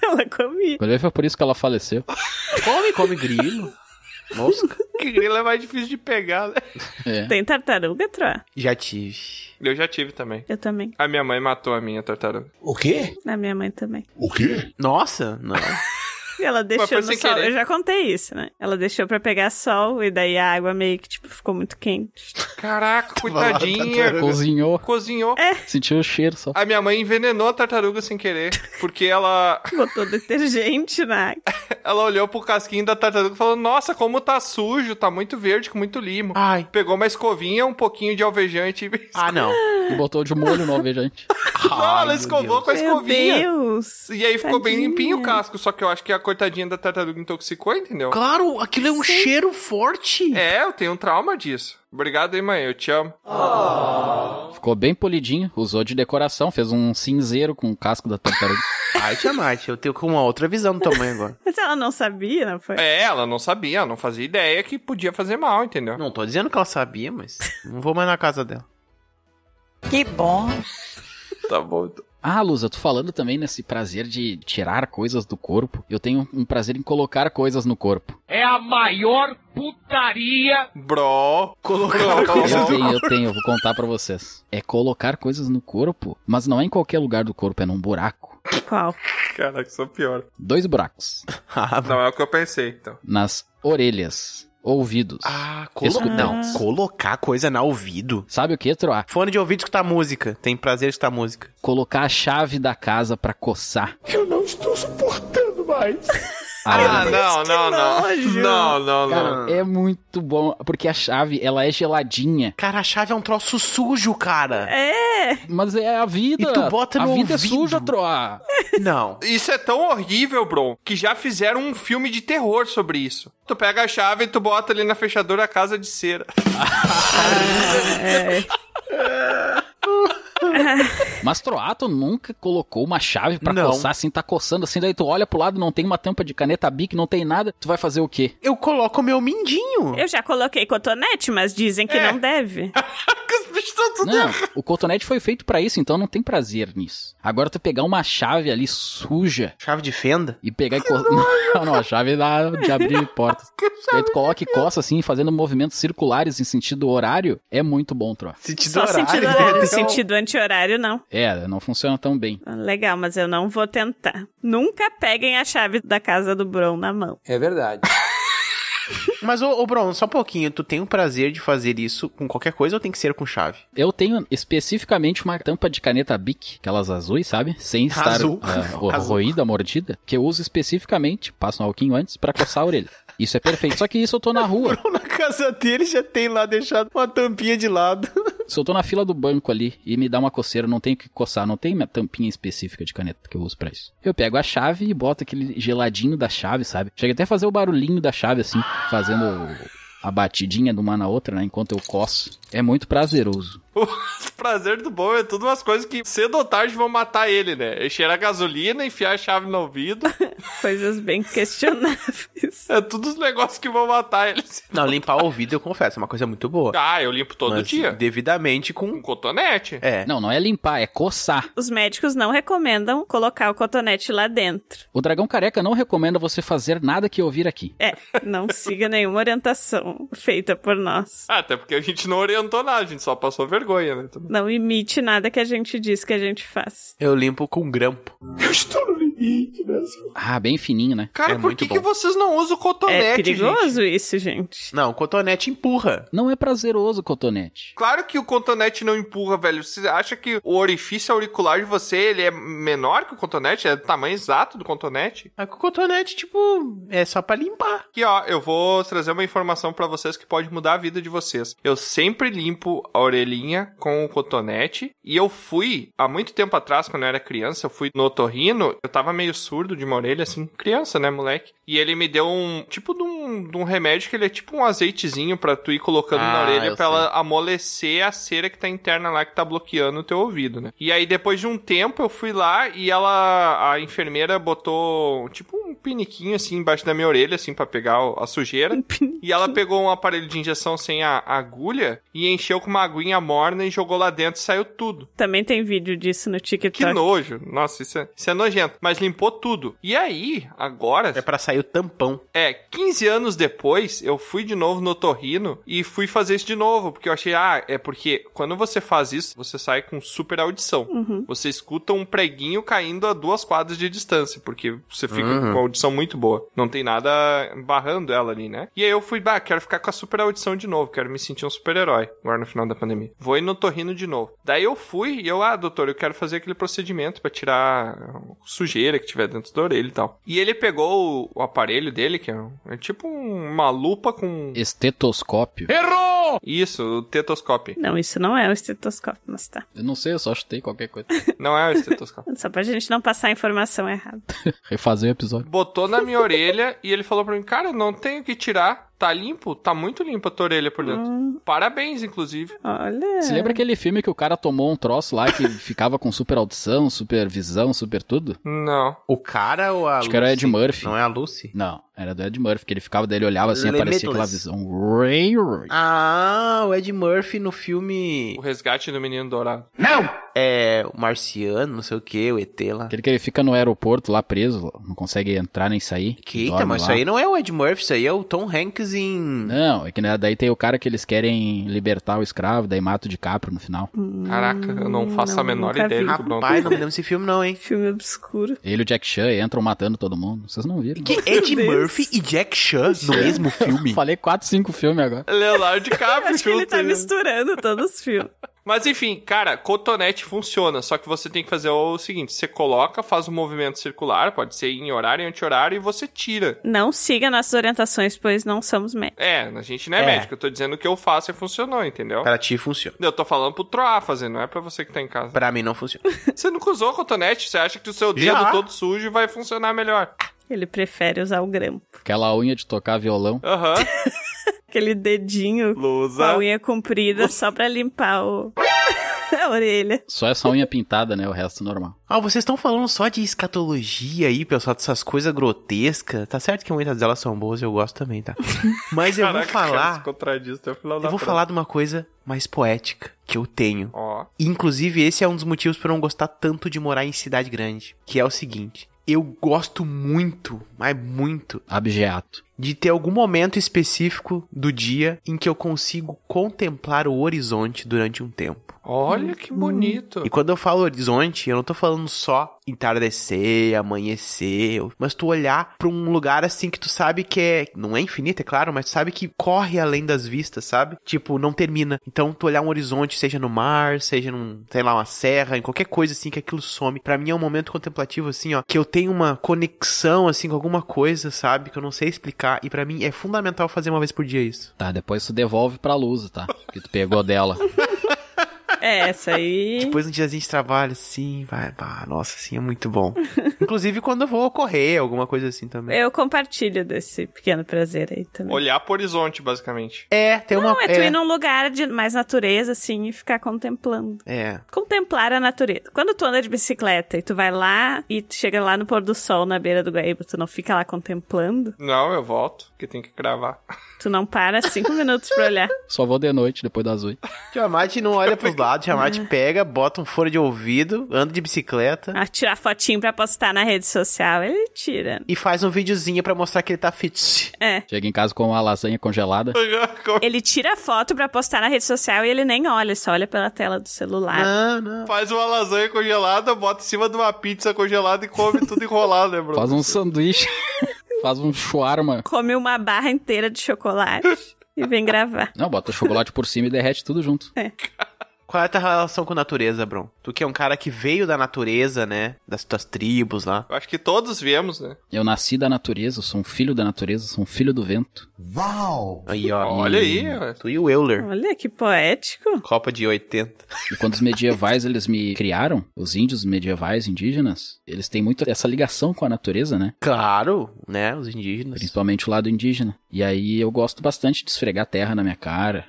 Speaker 1: Ela comia.
Speaker 4: Quando eu vi, foi por isso que ela faleceu.
Speaker 2: Come, come grilo. Mosca.
Speaker 3: que grilo é mais difícil de pegar, né?
Speaker 4: É.
Speaker 1: Tem tartaruga, Troa?
Speaker 2: Já tive.
Speaker 3: Eu já tive também.
Speaker 1: Eu também.
Speaker 3: A minha mãe matou a minha tartaruga.
Speaker 11: O quê?
Speaker 1: Na minha mãe também.
Speaker 11: O quê?
Speaker 2: Nossa, não.
Speaker 1: E ela deixou
Speaker 3: foi
Speaker 1: no
Speaker 3: sem
Speaker 1: sol.
Speaker 3: querer.
Speaker 1: Eu já contei isso, né? Ela deixou pra pegar sol e daí a água meio que, tipo, ficou muito quente.
Speaker 3: Caraca,
Speaker 2: lá,
Speaker 3: coitadinha.
Speaker 2: tartaruga.
Speaker 4: É. Cozinhou,
Speaker 3: Cozinhou.
Speaker 4: É. sentiu o cheiro só.
Speaker 3: A minha mãe envenenou a tartaruga sem querer, porque ela
Speaker 1: Botou detergente na água.
Speaker 3: Ela olhou pro casquinho da tartaruga e falou: Nossa, como tá sujo, tá muito verde, com muito limo.
Speaker 2: Ai.
Speaker 3: Pegou uma escovinha, um pouquinho de alvejante e.
Speaker 2: Ah, não.
Speaker 4: E botou de molho no alvejante.
Speaker 3: não, ela
Speaker 2: meu
Speaker 3: escovou com a
Speaker 1: Meu
Speaker 3: escovinha.
Speaker 1: Deus!
Speaker 3: E aí ficou bem
Speaker 1: Tadinha.
Speaker 3: limpinho o casco, só que eu acho que a coitadinha da tartaruga intoxicou, entendeu?
Speaker 2: Claro, aquilo é um cheiro forte.
Speaker 3: É, eu tenho um trauma disso. Obrigado aí, mãe, eu te amo.
Speaker 4: Ficou bem polidinho, usou de decoração, fez um cinzeiro com o casco da tartaruga.
Speaker 2: Ai, Tiamat, eu tenho com uma outra visão do tamanho agora.
Speaker 1: Mas ela não sabia, não foi?
Speaker 3: É, ela não sabia, ela não fazia ideia que podia fazer mal, entendeu?
Speaker 2: Não tô dizendo que ela sabia, mas não vou mais na casa dela.
Speaker 12: Que bom.
Speaker 3: Tá bom. então.
Speaker 4: Ah, Lusa, tu falando também nesse prazer de tirar coisas do corpo. Eu tenho um prazer em colocar coisas no corpo.
Speaker 14: É a maior putaria.
Speaker 3: Bro. Bro.
Speaker 4: Eu tenho, eu tenho, eu vou contar pra vocês. É colocar coisas no corpo, mas não é em qualquer lugar do corpo, é num buraco.
Speaker 1: Qual?
Speaker 3: Caraca, sou pior.
Speaker 4: Dois buracos.
Speaker 2: Ah,
Speaker 3: Não é o que eu pensei, então.
Speaker 4: Nas orelhas, ouvidos.
Speaker 2: Ah,
Speaker 4: Escutar.
Speaker 2: não, colocar coisa na ouvido.
Speaker 4: Sabe o que, Troá?
Speaker 2: Fone de ouvido escutar música. Tem prazer de escutar música.
Speaker 4: Colocar a chave da casa pra coçar.
Speaker 6: Eu não estou suportando mais.
Speaker 4: a orelha.
Speaker 3: Ah, não, não, não. Não, não, não.
Speaker 2: Ah.
Speaker 4: Cara, é muito bom, porque a chave, ela é geladinha.
Speaker 2: Cara, a chave é um troço sujo, cara.
Speaker 1: É, quê?
Speaker 4: Mas é a vida.
Speaker 2: E tu bota
Speaker 4: a
Speaker 2: no
Speaker 4: vida é
Speaker 2: ouvido.
Speaker 4: suja, Troá.
Speaker 2: Não.
Speaker 3: Isso é tão horrível, Bron, que já fizeram um filme de terror sobre isso. Tu pega a chave e tu bota ali na fechadura a casa de cera.
Speaker 4: Mas Troá, tu nunca colocou uma chave pra
Speaker 2: Não.
Speaker 4: coçar assim, tá coçando assim, daí tu olha pro lado, não tem uma tampa de caneta bic, não tem nada, tu vai fazer o quê?
Speaker 2: Eu coloco o meu mindinho.
Speaker 1: Eu já coloquei cotonete, mas dizem que
Speaker 3: É.
Speaker 1: não deve.
Speaker 4: Não, o cotonete foi feito pra isso, então não tem prazer nisso. Agora tu pegar uma chave ali suja.
Speaker 2: Chave de fenda?
Speaker 4: E pegar e coçar. Não, não, a chave da, de abrir portas. Daí tu coloca e coça assim, fazendo movimentos circulares em sentido horário, é muito bom, Troá.
Speaker 1: Só sentido horário,
Speaker 3: né? Então-
Speaker 1: sentido anti-horário não.
Speaker 4: É, não funciona tão bem.
Speaker 1: Legal, mas eu não vou tentar. Nunca peguem a chave da casa do Bron na mão.
Speaker 2: É verdade. Mas, ô, ô Bron, só um pouquinho. Tu tem o prazer de fazer isso com qualquer coisa ou tem que ser com chave?
Speaker 4: Eu tenho especificamente uma tampa de caneta Bic, aquelas azuis, sabe? Sem estar
Speaker 2: Azul.
Speaker 4: ah, ro-
Speaker 2: Azul.
Speaker 4: roída, mordida, que eu uso especificamente, passo um alquinho antes, pra coçar a orelha. Isso é perfeito. Só que isso eu tô na rua.
Speaker 2: Na casa dele já tem lá deixado uma tampinha de lado.
Speaker 4: Se eu tô na fila do banco ali e me dá uma coceira, eu não tenho que coçar, não tem minha tampinha específica de caneta que eu uso pra isso. Eu pego a chave e boto aquele geladinho da chave, sabe? Chega até a fazer o barulhinho da chave, assim, fazendo a batidinha de uma na outra, né? Enquanto eu coço. É muito prazeroso.
Speaker 3: O prazer do bom é tudo umas coisas que cedo ou tarde vão matar ele, né? É cheirar gasolina, enfiar a chave no ouvido.
Speaker 1: Coisas bem questionáveis.
Speaker 3: É tudo os negócios que vão matar ele.
Speaker 2: Não, limpar o ouvido, eu confesso, é uma coisa muito boa.
Speaker 3: Ah, eu limpo todo
Speaker 2: Mas
Speaker 3: dia. Um
Speaker 2: Devidamente com.
Speaker 3: Cotonete.
Speaker 2: É.
Speaker 4: Não, não é limpar, é coçar.
Speaker 1: Os médicos não recomendam colocar o cotonete lá dentro.
Speaker 4: O Dragão Careca não recomenda você fazer nada que ouvir aqui.
Speaker 1: É, não siga nenhuma orientação feita por nós.
Speaker 3: Ah, Até porque a gente não orientou nada, a gente só passou vergonha, né?
Speaker 1: Não imite nada que a gente diz que a gente faz.
Speaker 2: Eu limpo com grampo.
Speaker 1: Eu estou no limite, né?
Speaker 4: Ah, bem fininho, né?
Speaker 3: Cara, por que, que vocês não usam cotonete,
Speaker 1: É
Speaker 3: gente?
Speaker 1: perigoso isso, gente.
Speaker 2: Não, cotonete empurra.
Speaker 4: Não é prazeroso cotonete.
Speaker 3: Claro que o cotonete não empurra, velho. Você acha que o orifício auricular de você, ele é menor que o cotonete? É do tamanho exato do cotonete?
Speaker 2: Mas com cotonete, tipo, é só pra limpar.
Speaker 3: Aqui, ó, eu vou trazer uma informação pra vocês que pode mudar a vida de vocês. Eu sempre limpo a orelhinha com o cotonete e eu fui, há muito tempo atrás, quando eu era criança, eu fui no otorrino, eu tava meio surdo de uma orelha, assim, criança, né, moleque? E ele me deu um, tipo de um, de um remédio que ele é tipo um azeitezinho pra tu ir colocando na
Speaker 2: Ah,
Speaker 3: orelha
Speaker 2: eu
Speaker 3: pra
Speaker 2: sei.
Speaker 3: ela amolecer a cera que tá interna lá, que tá bloqueando o teu ouvido, né? E aí, depois de um tempo, eu fui lá e ela, a enfermeira, botou tipo um piniquinho assim embaixo da minha orelha, assim, pra pegar o- a sujeira. e ela pegou um aparelho de injeção sem a a agulha e encheu com uma aguinha morna e jogou lá dentro e saiu tudo.
Speaker 1: Também tem vídeo disso no TikTok.
Speaker 3: Que nojo. Nossa, isso é, isso é nojento. Mas limpou tudo. E aí, agora. É
Speaker 2: pra sair o tampão.
Speaker 3: É, 15 anos depois, eu fui de novo no Torrino e fui fazer isso de novo. Porque eu achei, ah, é porque quando você faz isso, você sai com super audição.
Speaker 1: Uhum.
Speaker 3: Você escuta um preguinho caindo a duas quadras de distância, porque você fica
Speaker 2: Uhum.
Speaker 3: com a audição muito boa. Não tem nada barrando ela ali, né? E aí eu fui, bah, quero ficar com a super audição de novo, quero me sentir um super-herói agora no final da pandemia. Vou ir no Torrino de novo. Daí eu fui e eu, ah, doutor, eu quero fazer aquele procedimento pra tirar sujeira que tiver dentro da orelha e tal. E ele pegou o, o aparelho dele, que é, um- é tipo um- uma lupa com.
Speaker 4: Estetoscópio.
Speaker 3: Errou! Isso, o tetoscópio.
Speaker 1: Não, isso não é um estetoscópio, mas tá.
Speaker 4: Eu não sei, eu só chutei qualquer coisa.
Speaker 3: Não é o estetoscópio.
Speaker 1: Só pra gente não passar a informação errada.
Speaker 4: Refazer o episódio.
Speaker 3: botou na minha orelha e ele falou pra mim, cara, não tenho o que tirar. Tá limpo? Tá muito limpa a tua orelha por dentro. Parabéns, inclusive.
Speaker 1: Olha.
Speaker 4: Você lembra aquele filme que o cara tomou um troço lá que ficava com super audição, super visão, super tudo?
Speaker 3: Não.
Speaker 2: O cara ou a
Speaker 4: Acho que era o Ed Murphy.
Speaker 2: Não é a Lucy?
Speaker 4: Não, era do Ed Murphy, que ele ficava daí, ele olhava assim, aparecia aquela
Speaker 2: Limitless.
Speaker 4: visão. Ray, Ray.
Speaker 2: Ah, o Ed Murphy no filme.
Speaker 3: O resgate do menino dourado.
Speaker 2: Não! É, o Marciano, não sei o que, o ET lá.
Speaker 4: Aquele que ele fica no aeroporto lá preso, não consegue entrar nem sair.
Speaker 2: Que Eita,
Speaker 4: dorme
Speaker 2: mas
Speaker 4: lá.
Speaker 2: isso aí não é o Ed Murphy, isso aí é o Tom Hanks em.
Speaker 4: Não, é que né, daí tem o cara que eles querem libertar o escravo, daí mata o DiCaprio no final.
Speaker 3: Caraca, eu não faço a menor
Speaker 1: nunca
Speaker 3: ideia
Speaker 1: vi.
Speaker 3: do que o Bruno
Speaker 2: Pai, não me lembro desse filme, não, hein?
Speaker 1: Filme obscuro.
Speaker 4: Ele e o Jack Chan entram matando todo mundo. Vocês não viram?
Speaker 2: Que
Speaker 4: não?
Speaker 2: Ed
Speaker 1: Deus.
Speaker 2: Murphy e Jack Chan no mesmo filme?
Speaker 4: Falei 4, 5 filmes agora.
Speaker 3: Leonardo
Speaker 1: Eu
Speaker 3: DiCaprio
Speaker 1: acho que ele
Speaker 3: junto.
Speaker 1: tá
Speaker 3: né?
Speaker 1: misturando todos os filmes.
Speaker 3: Mas enfim, cara, cotonete funciona, só que você tem que fazer o seguinte: você coloca, faz um movimento circular, pode ser em horário e anti-horário, e você tira.
Speaker 1: Não siga nossas orientações, pois não somos médicos.
Speaker 3: É, a gente não é,
Speaker 1: É.
Speaker 3: médico, eu tô dizendo que eu faço e funcionou, entendeu?
Speaker 2: Pra ti funciona.
Speaker 3: Eu tô falando pro Troá fazer, não é pra você que tá em casa.
Speaker 2: Pra mim não funciona.
Speaker 3: Você nunca usou cotonete, você acha que o seu dedo
Speaker 2: Já.
Speaker 3: todo sujo vai funcionar melhor.
Speaker 1: Ele prefere usar o grampo.
Speaker 4: Aquela unha de tocar violão.
Speaker 3: Aham.
Speaker 1: Aquele dedinho com a unha comprida só pra limpar o... a orelha.
Speaker 4: Só essa unha pintada, né? O resto normal.
Speaker 2: Ah, vocês estão falando só de escatologia aí, pessoal, dessas coisas grotescas. Tá certo que muitas delas são boas, eu gosto também, tá? Mas eu vou falar. Eu vou falar de uma coisa mais poética que eu tenho. Inclusive, esse é um dos motivos pra eu não gostar tanto de morar em cidade grande. Que é o seguinte: eu gosto muito, mas muito.
Speaker 4: Abjeato.
Speaker 2: De ter algum momento específico do dia em que eu consigo contemplar o horizonte durante um tempo.
Speaker 3: Olha que bonito.
Speaker 2: E quando eu falo horizonte, eu não tô falando só entardecer, amanhecer, mas tu olhar pra um lugar assim que tu sabe que é, não é infinito, é claro, mas tu sabe que corre além das vistas, sabe? Tipo, não termina. Então tu olhar um horizonte, seja no mar, seja num, sei lá, uma serra, em qualquer coisa assim que aquilo some. Pra mim é um momento contemplativo assim, ó, que eu tenho uma conexão assim com alguma coisa, sabe, que eu não sei explicar e pra mim é fundamental fazer uma vez por dia isso.
Speaker 4: Tá, depois tu devolve pra Lusa, tá? Que tu pegou dela.
Speaker 1: É, essa aí.
Speaker 2: Depois um diazinho de trabalho, assim, vai, pá, nossa, assim é muito bom. Inclusive quando eu vou correr, alguma coisa assim também.
Speaker 1: Eu compartilho desse pequeno prazer aí também.
Speaker 3: Olhar pro horizonte, basicamente.
Speaker 2: É, tem
Speaker 1: Não,
Speaker 2: uma.
Speaker 1: é tu
Speaker 2: é,
Speaker 1: ir num lugar de mais natureza, assim, e ficar contemplando.
Speaker 2: é.
Speaker 1: Contemplar a natureza. Quando tu anda de bicicleta e tu vai lá e tu chega lá no pôr do sol na beira do Guaíba, tu não fica lá contemplando?
Speaker 3: Não, eu volto, porque tem que gravar.
Speaker 1: Tu não para cinco minutos pra olhar.
Speaker 4: Só vou de noite, depois das oito.
Speaker 2: Tiamat não olha pros lados, Tiamat pega, bota um fone de ouvido, anda de bicicleta
Speaker 1: Ah, tirar fotinho pra postar na rede social, ele tira.
Speaker 2: e faz um videozinho pra mostrar que ele tá fit.
Speaker 1: É.
Speaker 4: Chega em casa com uma lasanha congelada.
Speaker 1: Ele tira foto pra postar na rede social e ele nem olha, só olha pela tela do celular.
Speaker 2: Não, não.
Speaker 3: Faz uma lasanha congelada, bota em cima de uma pizza congelada e come tudo enrolado, né, bro?
Speaker 4: Faz um sanduíche. Faz um shawarma.
Speaker 1: Come uma barra inteira de chocolate e vem gravar.
Speaker 4: Não, bota o chocolate por cima e derrete tudo junto.
Speaker 2: Qual é a tua relação com a natureza, Bron? Tu que é um cara que veio da natureza, né? Das tuas tribos lá.
Speaker 3: Eu acho que todos viemos, né?
Speaker 4: Eu nasci da natureza, eu sou um filho da natureza, eu sou um filho do vento.
Speaker 2: Uau! Aí, ó.
Speaker 3: Olha aí, ó.
Speaker 2: Tu e o Euler.
Speaker 1: Olha que poético.
Speaker 2: Copa de 80.
Speaker 4: E quando os medievais eles me criaram, os índios medievais indígenas, eles têm muito essa ligação com a natureza, né?
Speaker 2: Claro, né? Os indígenas.
Speaker 4: Principalmente o lado indígena. E aí eu gosto bastante de esfregar terra na minha cara.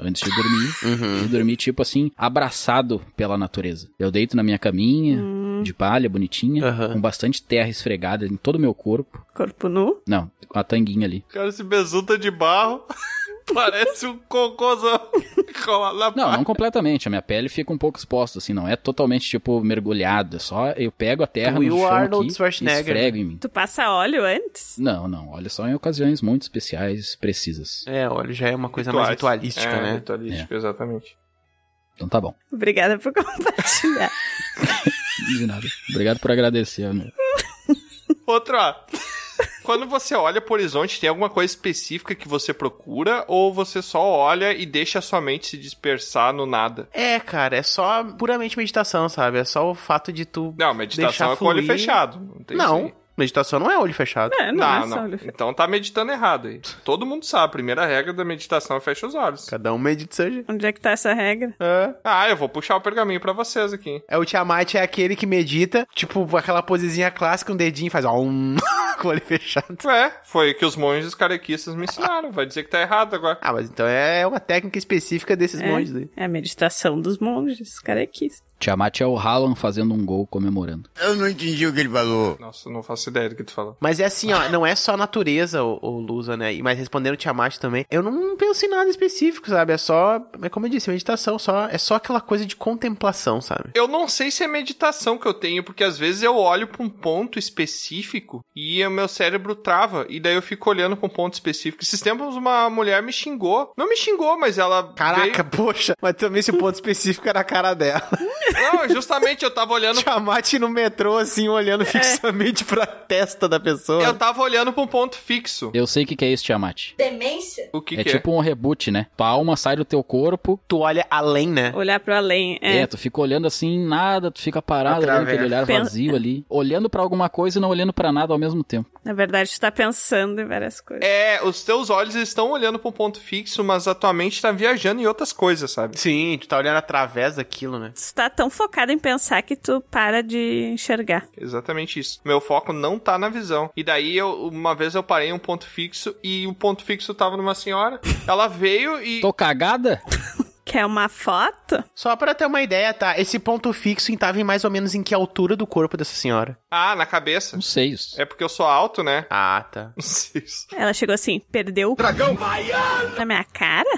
Speaker 4: Antes de dormir. E dormir, tipo assim, abraçado pela natureza. Eu deito na minha caminha,
Speaker 2: Hum.
Speaker 4: de palha, bonitinha, com bastante terra esfregada em todo o meu corpo.
Speaker 1: Corpo nu?
Speaker 4: Não, com a tanguinha ali.
Speaker 3: O cara se besunta de barro, parece um cocôzão. Cola na
Speaker 4: Não, não completamente. A minha pele fica um pouco exposta, assim, não é totalmente, tipo, mergulhada. Só eu pego a terra
Speaker 2: Tu e
Speaker 4: no
Speaker 2: o
Speaker 4: chão
Speaker 2: Arnold
Speaker 4: aqui e
Speaker 2: Schwarzenegger. né?
Speaker 4: esfrego em mim.
Speaker 1: Tu passa óleo antes?
Speaker 4: Não, não. Olha só em ocasiões muito especiais, precisas.
Speaker 2: É, olha, já é uma coisa mais
Speaker 3: Rituais.
Speaker 2: ritualística,
Speaker 3: É,
Speaker 2: né?
Speaker 3: ritualística, exatamente.
Speaker 4: Então tá bom.
Speaker 1: Obrigada por compartilhar.
Speaker 4: De nada. Obrigado por agradecer, meu.
Speaker 3: Outra. Quando você olha pro horizonte, tem alguma coisa específica que você procura ou você só olha e deixa a sua mente se dispersar no nada?
Speaker 2: É, cara, é só puramente meditação, sabe? É só o fato de tu.
Speaker 3: Não, meditação
Speaker 2: deixar
Speaker 3: é com o olho
Speaker 2: fluir.
Speaker 3: fechado, não tem
Speaker 2: não,
Speaker 3: isso aí.
Speaker 2: meditação não é olho fechado.
Speaker 3: Então tá meditando errado aí. Todo mundo sabe, a primeira regra da meditação é fecha os olhos.
Speaker 2: Cada um medita seu jeito.
Speaker 1: Onde é que tá essa regra?
Speaker 3: Ah, eu vou puxar o pergaminho pra vocês aqui.
Speaker 2: É o Tiamat é aquele que medita, tipo, aquela posezinha clássica, um dedinho e faz ó, um com o olho fechado.
Speaker 3: É, foi o que os monges catequistas me ensinaram. Vai dizer que tá errado agora.
Speaker 2: Ah, mas então é uma técnica específica desses
Speaker 1: É,
Speaker 2: monges aí.
Speaker 1: é a meditação dos monges, carequistas.
Speaker 4: Tiamat é o Haaland fazendo um gol comemorando.
Speaker 3: Eu não entendi o que ele falou. Nossa, não faço ideia do que tu falou.
Speaker 2: Mas é assim, ó, não é só a natureza, o, Lusa, né? E- Mas respondendo o Tiamat também, eu não penso em nada específico, sabe? É só, é como eu disse, meditação, só, é só aquela coisa de contemplação, sabe?
Speaker 3: Eu não sei se é meditação que eu tenho, porque às vezes eu olho pra um ponto específico e o meu cérebro trava, e daí eu fico olhando pra um ponto específico. Esses tempos uma mulher me xingou. Não me xingou, mas ela.
Speaker 2: Caraca, poxa, mas também esse ponto específico era a cara dela.
Speaker 3: veio- Não, justamente eu tava olhando.
Speaker 2: Tiamat no metrô, assim, olhando fixamente pra testa da pessoa.
Speaker 3: Eu tava olhando pra um ponto fixo.
Speaker 4: Eu sei o que, que é isso, Tiamat.
Speaker 15: Demência?
Speaker 3: O que
Speaker 4: é
Speaker 3: que
Speaker 4: tipo um reboot, né? Tua alma sai do teu corpo.
Speaker 2: Tu olha além, né?
Speaker 16: Olhar pro além.
Speaker 4: É.
Speaker 16: É.
Speaker 4: tu fica olhando assim, nada, tu fica parado,
Speaker 2: Outra
Speaker 4: olhando aquele
Speaker 2: vez.
Speaker 4: olhar
Speaker 16: Pen-
Speaker 4: vazio ali, olhando pra alguma coisa e não olhando pra nada ao mesmo tempo.
Speaker 16: Na verdade, tu tá pensando em várias coisas.
Speaker 3: É, os teus olhos eles estão olhando pra um ponto fixo, mas a tua mente tá viajando em outras coisas, sabe?
Speaker 2: Sim, tu tá olhando através daquilo, né?
Speaker 16: Tu tá tão focado em pensar que tu para de enxergar.
Speaker 3: Exatamente isso. Meu foco não tá na visão. E daí, eu, uma vez eu parei em um ponto fixo e o ponto fixo tava numa senhora. Ela veio e.
Speaker 4: Tô cagada?
Speaker 16: Quer uma foto?
Speaker 2: Só pra ter uma ideia, tá? Esse ponto fixo estava em mais ou menos em que altura do corpo dessa senhora?
Speaker 3: Ah, na cabeça.
Speaker 4: Não sei isso.
Speaker 3: É porque eu sou alto, né?
Speaker 2: Ah, tá.
Speaker 3: Não sei isso.
Speaker 16: Ela chegou assim, perdeu o
Speaker 3: dragão
Speaker 16: na minha cara?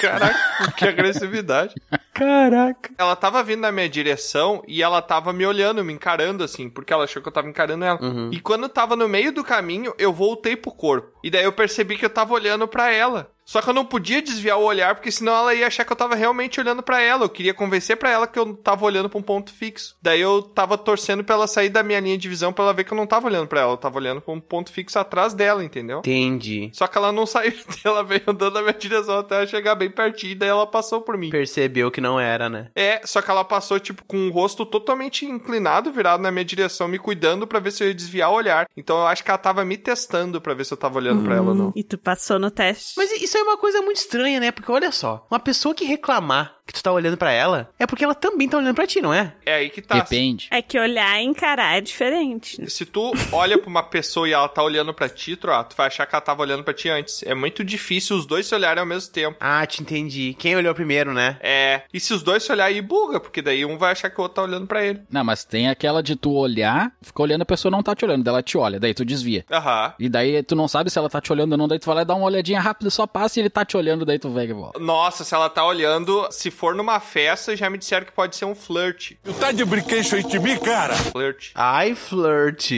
Speaker 3: Caraca, que agressividade.
Speaker 2: Caraca.
Speaker 3: Ela tava vindo na minha direção e ela tava me olhando, me encarando, assim, porque ela achou que eu tava encarando ela. E quando eu tava no meio do caminho, eu voltei pro corpo. E daí eu percebi que eu tava olhando pra ela. Só que eu não podia desviar o olhar, porque senão ela ia achar que eu tava realmente olhando pra ela. Eu queria convencer pra ela que eu tava olhando pra um ponto fixo. Daí eu tava torcendo pra ela sair da minha linha de visão pra ela ver que eu não tava olhando pra ela. Eu tava olhando pra um ponto fixo atrás dela, entendeu?
Speaker 2: Entendi.
Speaker 3: Só que ela não saiu dela, veio andando na minha direção até ela chegar bem pertinho, daí ela passou por mim.
Speaker 2: Percebeu que não era, né?
Speaker 3: É, só que ela passou, tipo, com o rosto totalmente inclinado, virado na minha direção, me cuidando pra ver se eu ia desviar o olhar. Então eu acho que ela tava me testando pra ver se eu tava olhando pra ela ou
Speaker 1: Hum.
Speaker 3: não.
Speaker 16: E tu passou no teste.
Speaker 2: Mas isso é uma coisa muito estranha, né? Porque olha só, uma pessoa que reclamar que tu tá olhando pra ela, é porque ela também tá olhando pra ti, não é?
Speaker 3: É aí que tá.
Speaker 4: Depende.
Speaker 16: É que olhar e encarar é diferente. né?
Speaker 3: Se tu olha pra uma pessoa e ela tá olhando pra ti, Troá, tu vai achar que ela tava olhando pra ti antes. É muito difícil os dois se olharem ao mesmo tempo.
Speaker 2: Ah, te entendi. Quem olhou primeiro, né?
Speaker 3: É. E se os dois se olharem aí buga, porque daí um vai achar que o outro tá olhando pra ele.
Speaker 4: Não, mas tem aquela de tu olhar, fica olhando, a pessoa não tá te olhando, daí ela te olha, daí tu desvia.
Speaker 3: Aham.
Speaker 4: E daí tu não sabe se ela tá te olhando ou não, daí tu vai lá e dá uma olhadinha rápida, só passa e ele tá te olhando, daí tu vai e volta.
Speaker 3: Nossa, se ela tá olhando, se for numa festa, já me disseram que pode ser um flirt. Tu tá de brinquedo aí de mim, cara? Flirt.
Speaker 2: Ai, flirt.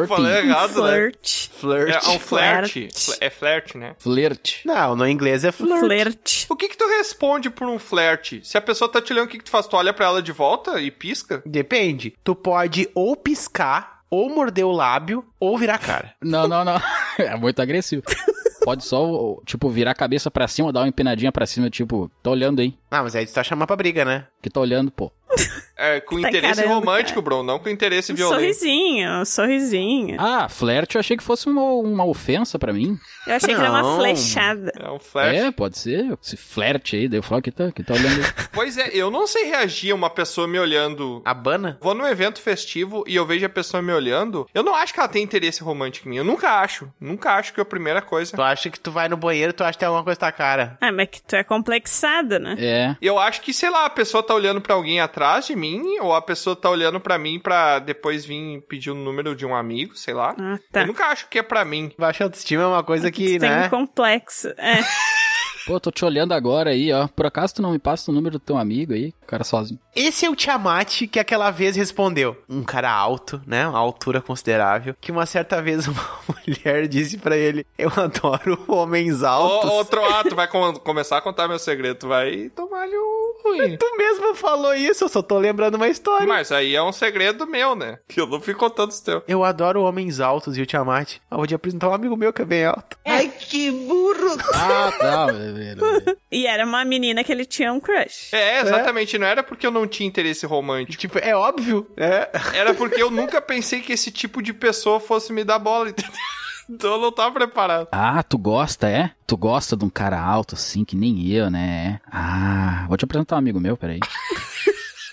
Speaker 3: Eu falei errado, né?
Speaker 16: Flirt.
Speaker 2: Flirt.
Speaker 3: É um flerte. Fle- É flerte, né?
Speaker 4: Flirt.
Speaker 2: Não, no inglês é flirt.
Speaker 16: Flirt.
Speaker 3: O que que tu responde por um flerte? Se a pessoa tá te olhando, o que que tu faz? Tu olha pra ela de volta e pisca?
Speaker 2: Depende. Tu pode ou piscar, ou morder o lábio, ou virar a cara.
Speaker 4: Não, não, não. É muito agressivo. Pode só, tipo, virar a cabeça pra cima, dar uma empinadinha pra cima, tipo, tô olhando aí,
Speaker 2: Ah, mas aí tu tá chamando pra briga, né?
Speaker 4: que tô olhando, pô.
Speaker 3: É, com
Speaker 16: Tá
Speaker 3: interesse
Speaker 16: encarando,
Speaker 3: romântico, Bruno, não com interesse
Speaker 16: Um
Speaker 3: violento.
Speaker 16: sorrisinho, um sorrisinho.
Speaker 4: Ah, flerte eu achei que fosse uma, uma ofensa pra mim.
Speaker 16: Eu achei que era uma
Speaker 4: Não.
Speaker 16: flechada.
Speaker 3: É um flerte.
Speaker 4: É, pode ser. Esse flerte aí, deu falo que tá, que tá olhando. aí.
Speaker 3: Pois é, eu não sei reagir a uma pessoa me olhando.
Speaker 2: A bana?
Speaker 3: Vou num evento festivo e eu vejo a pessoa me olhando. Eu não acho que ela tem interesse romântico em mim. Eu nunca acho. Nunca acho que é a primeira coisa.
Speaker 2: Tu acha que tu vai no banheiro, tu acha que tem alguma coisa na tua cara.
Speaker 16: Ah, mas que tu é complexada, né?
Speaker 4: É.
Speaker 3: Eu acho que, sei lá, a pessoa tá olhando pra alguém atrás de mim, ou a pessoa tá olhando pra mim pra depois vir pedir o número de um amigo, sei lá.
Speaker 16: Ah, tá.
Speaker 3: Eu nunca acho que é pra mim.
Speaker 2: Baixa autoestima é uma coisa que,
Speaker 16: Tem
Speaker 2: né?
Speaker 16: um complexo. É.
Speaker 4: Pô, tô te olhando agora aí, ó. Por acaso tu não me passa o número do teu amigo aí, cara sozinho.
Speaker 2: Esse é o Tiamat que aquela vez respondeu. Um cara alto, né? Uma altura considerável. Que uma certa vez uma mulher disse pra ele: Eu adoro homens altos.
Speaker 3: Ô, ô Troá, tu vai com- começar a contar meu segredo, tu vai tomar-lhe um ruim.
Speaker 2: Tu mesmo falou isso, eu só tô lembrando uma história.
Speaker 3: Mas aí é um segredo meu, né? Que eu não fico contando os teus.
Speaker 2: Eu adoro homens altos e o Tiamat. Eu vou te apresentar um amigo meu que é bem alto.
Speaker 13: Ai, que burro!
Speaker 4: Ah, tá. beleza.
Speaker 16: E era uma menina que ele tinha um crush.
Speaker 3: É, exatamente. Não era porque eu não tinha interesse
Speaker 2: E,
Speaker 3: romântico.
Speaker 2: tipo, é óbvio. É.
Speaker 3: Era porque eu nunca pensei que esse tipo de pessoa fosse me dar bola, entendeu? Então eu não tava preparado.
Speaker 4: Ah, tu gosta, é? Tu gosta de um cara alto assim, que nem eu, né? Ah, vou te apresentar um amigo meu, peraí.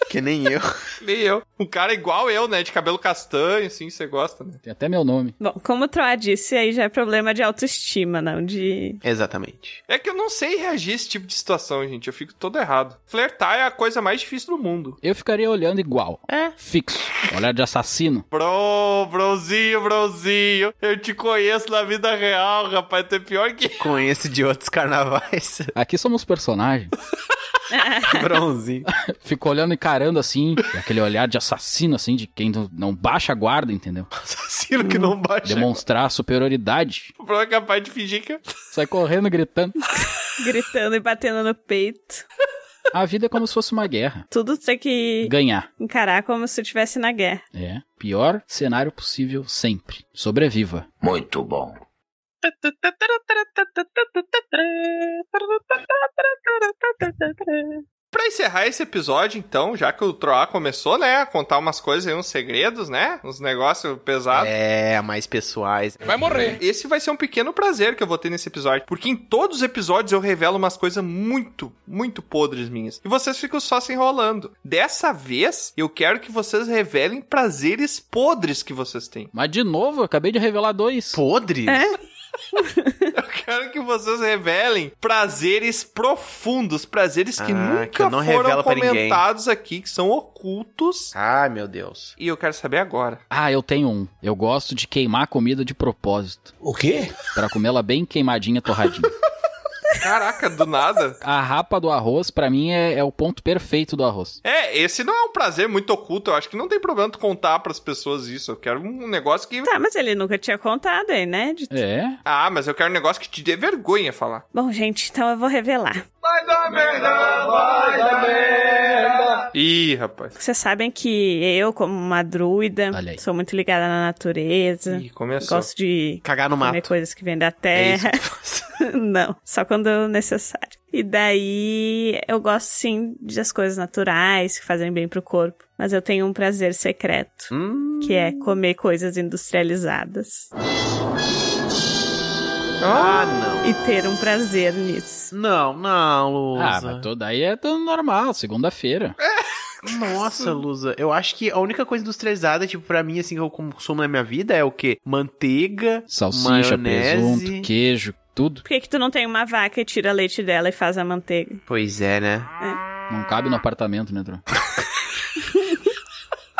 Speaker 2: Que nem eu.
Speaker 3: Nem eu. Um cara igual eu, né? De cabelo castanho, assim, você gosta, né?
Speaker 4: Tem até meu nome.
Speaker 16: Bom, como o Troá disse, aí já é problema de autoestima, não de...
Speaker 2: Exatamente.
Speaker 3: É que eu não sei reagir a esse tipo de situação, gente. Eu fico todo errado. Flertar é a coisa mais difícil do mundo.
Speaker 4: Eu ficaria olhando igual.
Speaker 2: É.
Speaker 4: Fixo. Olhar de assassino.
Speaker 3: Bro, brozinho, brozinho. Eu te conheço na vida real, rapaz. Tu é pior que.
Speaker 2: Conheço de outros carnavais.
Speaker 4: Aqui somos personagens.
Speaker 1: ah,
Speaker 2: Bronzinho.
Speaker 4: Fico olhando e carando assim, e aquele olhar de assassino, assim, de quem não- não baixa a guarda, entendeu?
Speaker 2: Assassino que não baixa.
Speaker 4: Demonstrar superioridade.
Speaker 3: O Bro é capaz de fingir que.
Speaker 4: Sai correndo, gritando.
Speaker 16: Gritando e batendo no peito.
Speaker 4: A vida é como se fosse uma guerra.
Speaker 1: Tudo tem que
Speaker 4: Ganhar.
Speaker 1: encarar como se estivesse na guerra.
Speaker 4: É. Pior cenário possível sempre. Sobreviva.
Speaker 7: Muito bom.
Speaker 3: Pra encerrar esse episódio, então, já que o Troá começou, né, a contar umas coisas aí, uns segredos, né, uns negócios pesados.
Speaker 2: É, mais pessoais.
Speaker 3: Vai morrer. Esse vai ser um pequeno prazer que eu vou ter nesse episódio, porque em todos os episódios eu revelo umas coisas muito, muito podres minhas. E vocês ficam só se enrolando. Dessa vez, eu quero que vocês revelem prazeres podres que vocês têm.
Speaker 4: Mas de novo, eu acabei de revelar dois.
Speaker 2: Podres?
Speaker 3: Quero que vocês revelem prazeres profundos, prazeres que
Speaker 2: Ah,
Speaker 3: nunca
Speaker 2: que eu não
Speaker 3: foram
Speaker 2: revelo pra ninguém.
Speaker 3: comentados aqui, que são ocultos.
Speaker 2: Ah, meu Deus.
Speaker 3: E eu quero saber agora.
Speaker 4: Ah, eu tenho um. Eu gosto de queimar a comida de propósito.
Speaker 5: O quê?
Speaker 4: Pra comê-la bem queimadinha, torradinha.
Speaker 3: Caraca, do nada.
Speaker 4: A rapa do arroz, pra mim, é, é o ponto perfeito do arroz.
Speaker 3: É, esse não é um prazer muito oculto. Eu acho que não tem problema tu contar pras pessoas isso. Eu quero um negócio que.
Speaker 1: Tá, mas ele nunca tinha contado, é inédito.
Speaker 4: É?
Speaker 3: Ah, mas eu quero um negócio que te dê vergonha falar.
Speaker 1: Bom, gente, então eu vou revelar.
Speaker 3: Ih, rapaz.
Speaker 1: Vocês sabem que eu, como uma druida, sou muito ligada na natureza.
Speaker 3: Ih,
Speaker 1: É.
Speaker 3: começou.
Speaker 1: Gosto de
Speaker 2: cagar no
Speaker 1: comer
Speaker 2: mato.
Speaker 1: coisas que vêm da terra. Não, só quando necessário. E daí eu gosto sim das coisas naturais que fazem bem pro corpo, mas eu tenho um prazer secreto, que é comer coisas industrializadas
Speaker 2: Ah, não.
Speaker 1: e ter um prazer nisso.
Speaker 2: Não, não, Lusa.
Speaker 4: Ah, mas tudo aí é tudo normal, segunda-feira.
Speaker 2: Nossa, Lusa, eu acho que a única coisa industrializada, tipo, pra mim, assim, que eu consumo na minha vida é o quê? Manteiga,
Speaker 4: Salsicha,
Speaker 2: maionese.
Speaker 4: presunto, queijo, tudo.
Speaker 1: Por que, que tu não tem uma vaca e tira leite dela e faz a manteiga?
Speaker 2: Pois é, né?
Speaker 4: Não cabe no apartamento, né, Tro?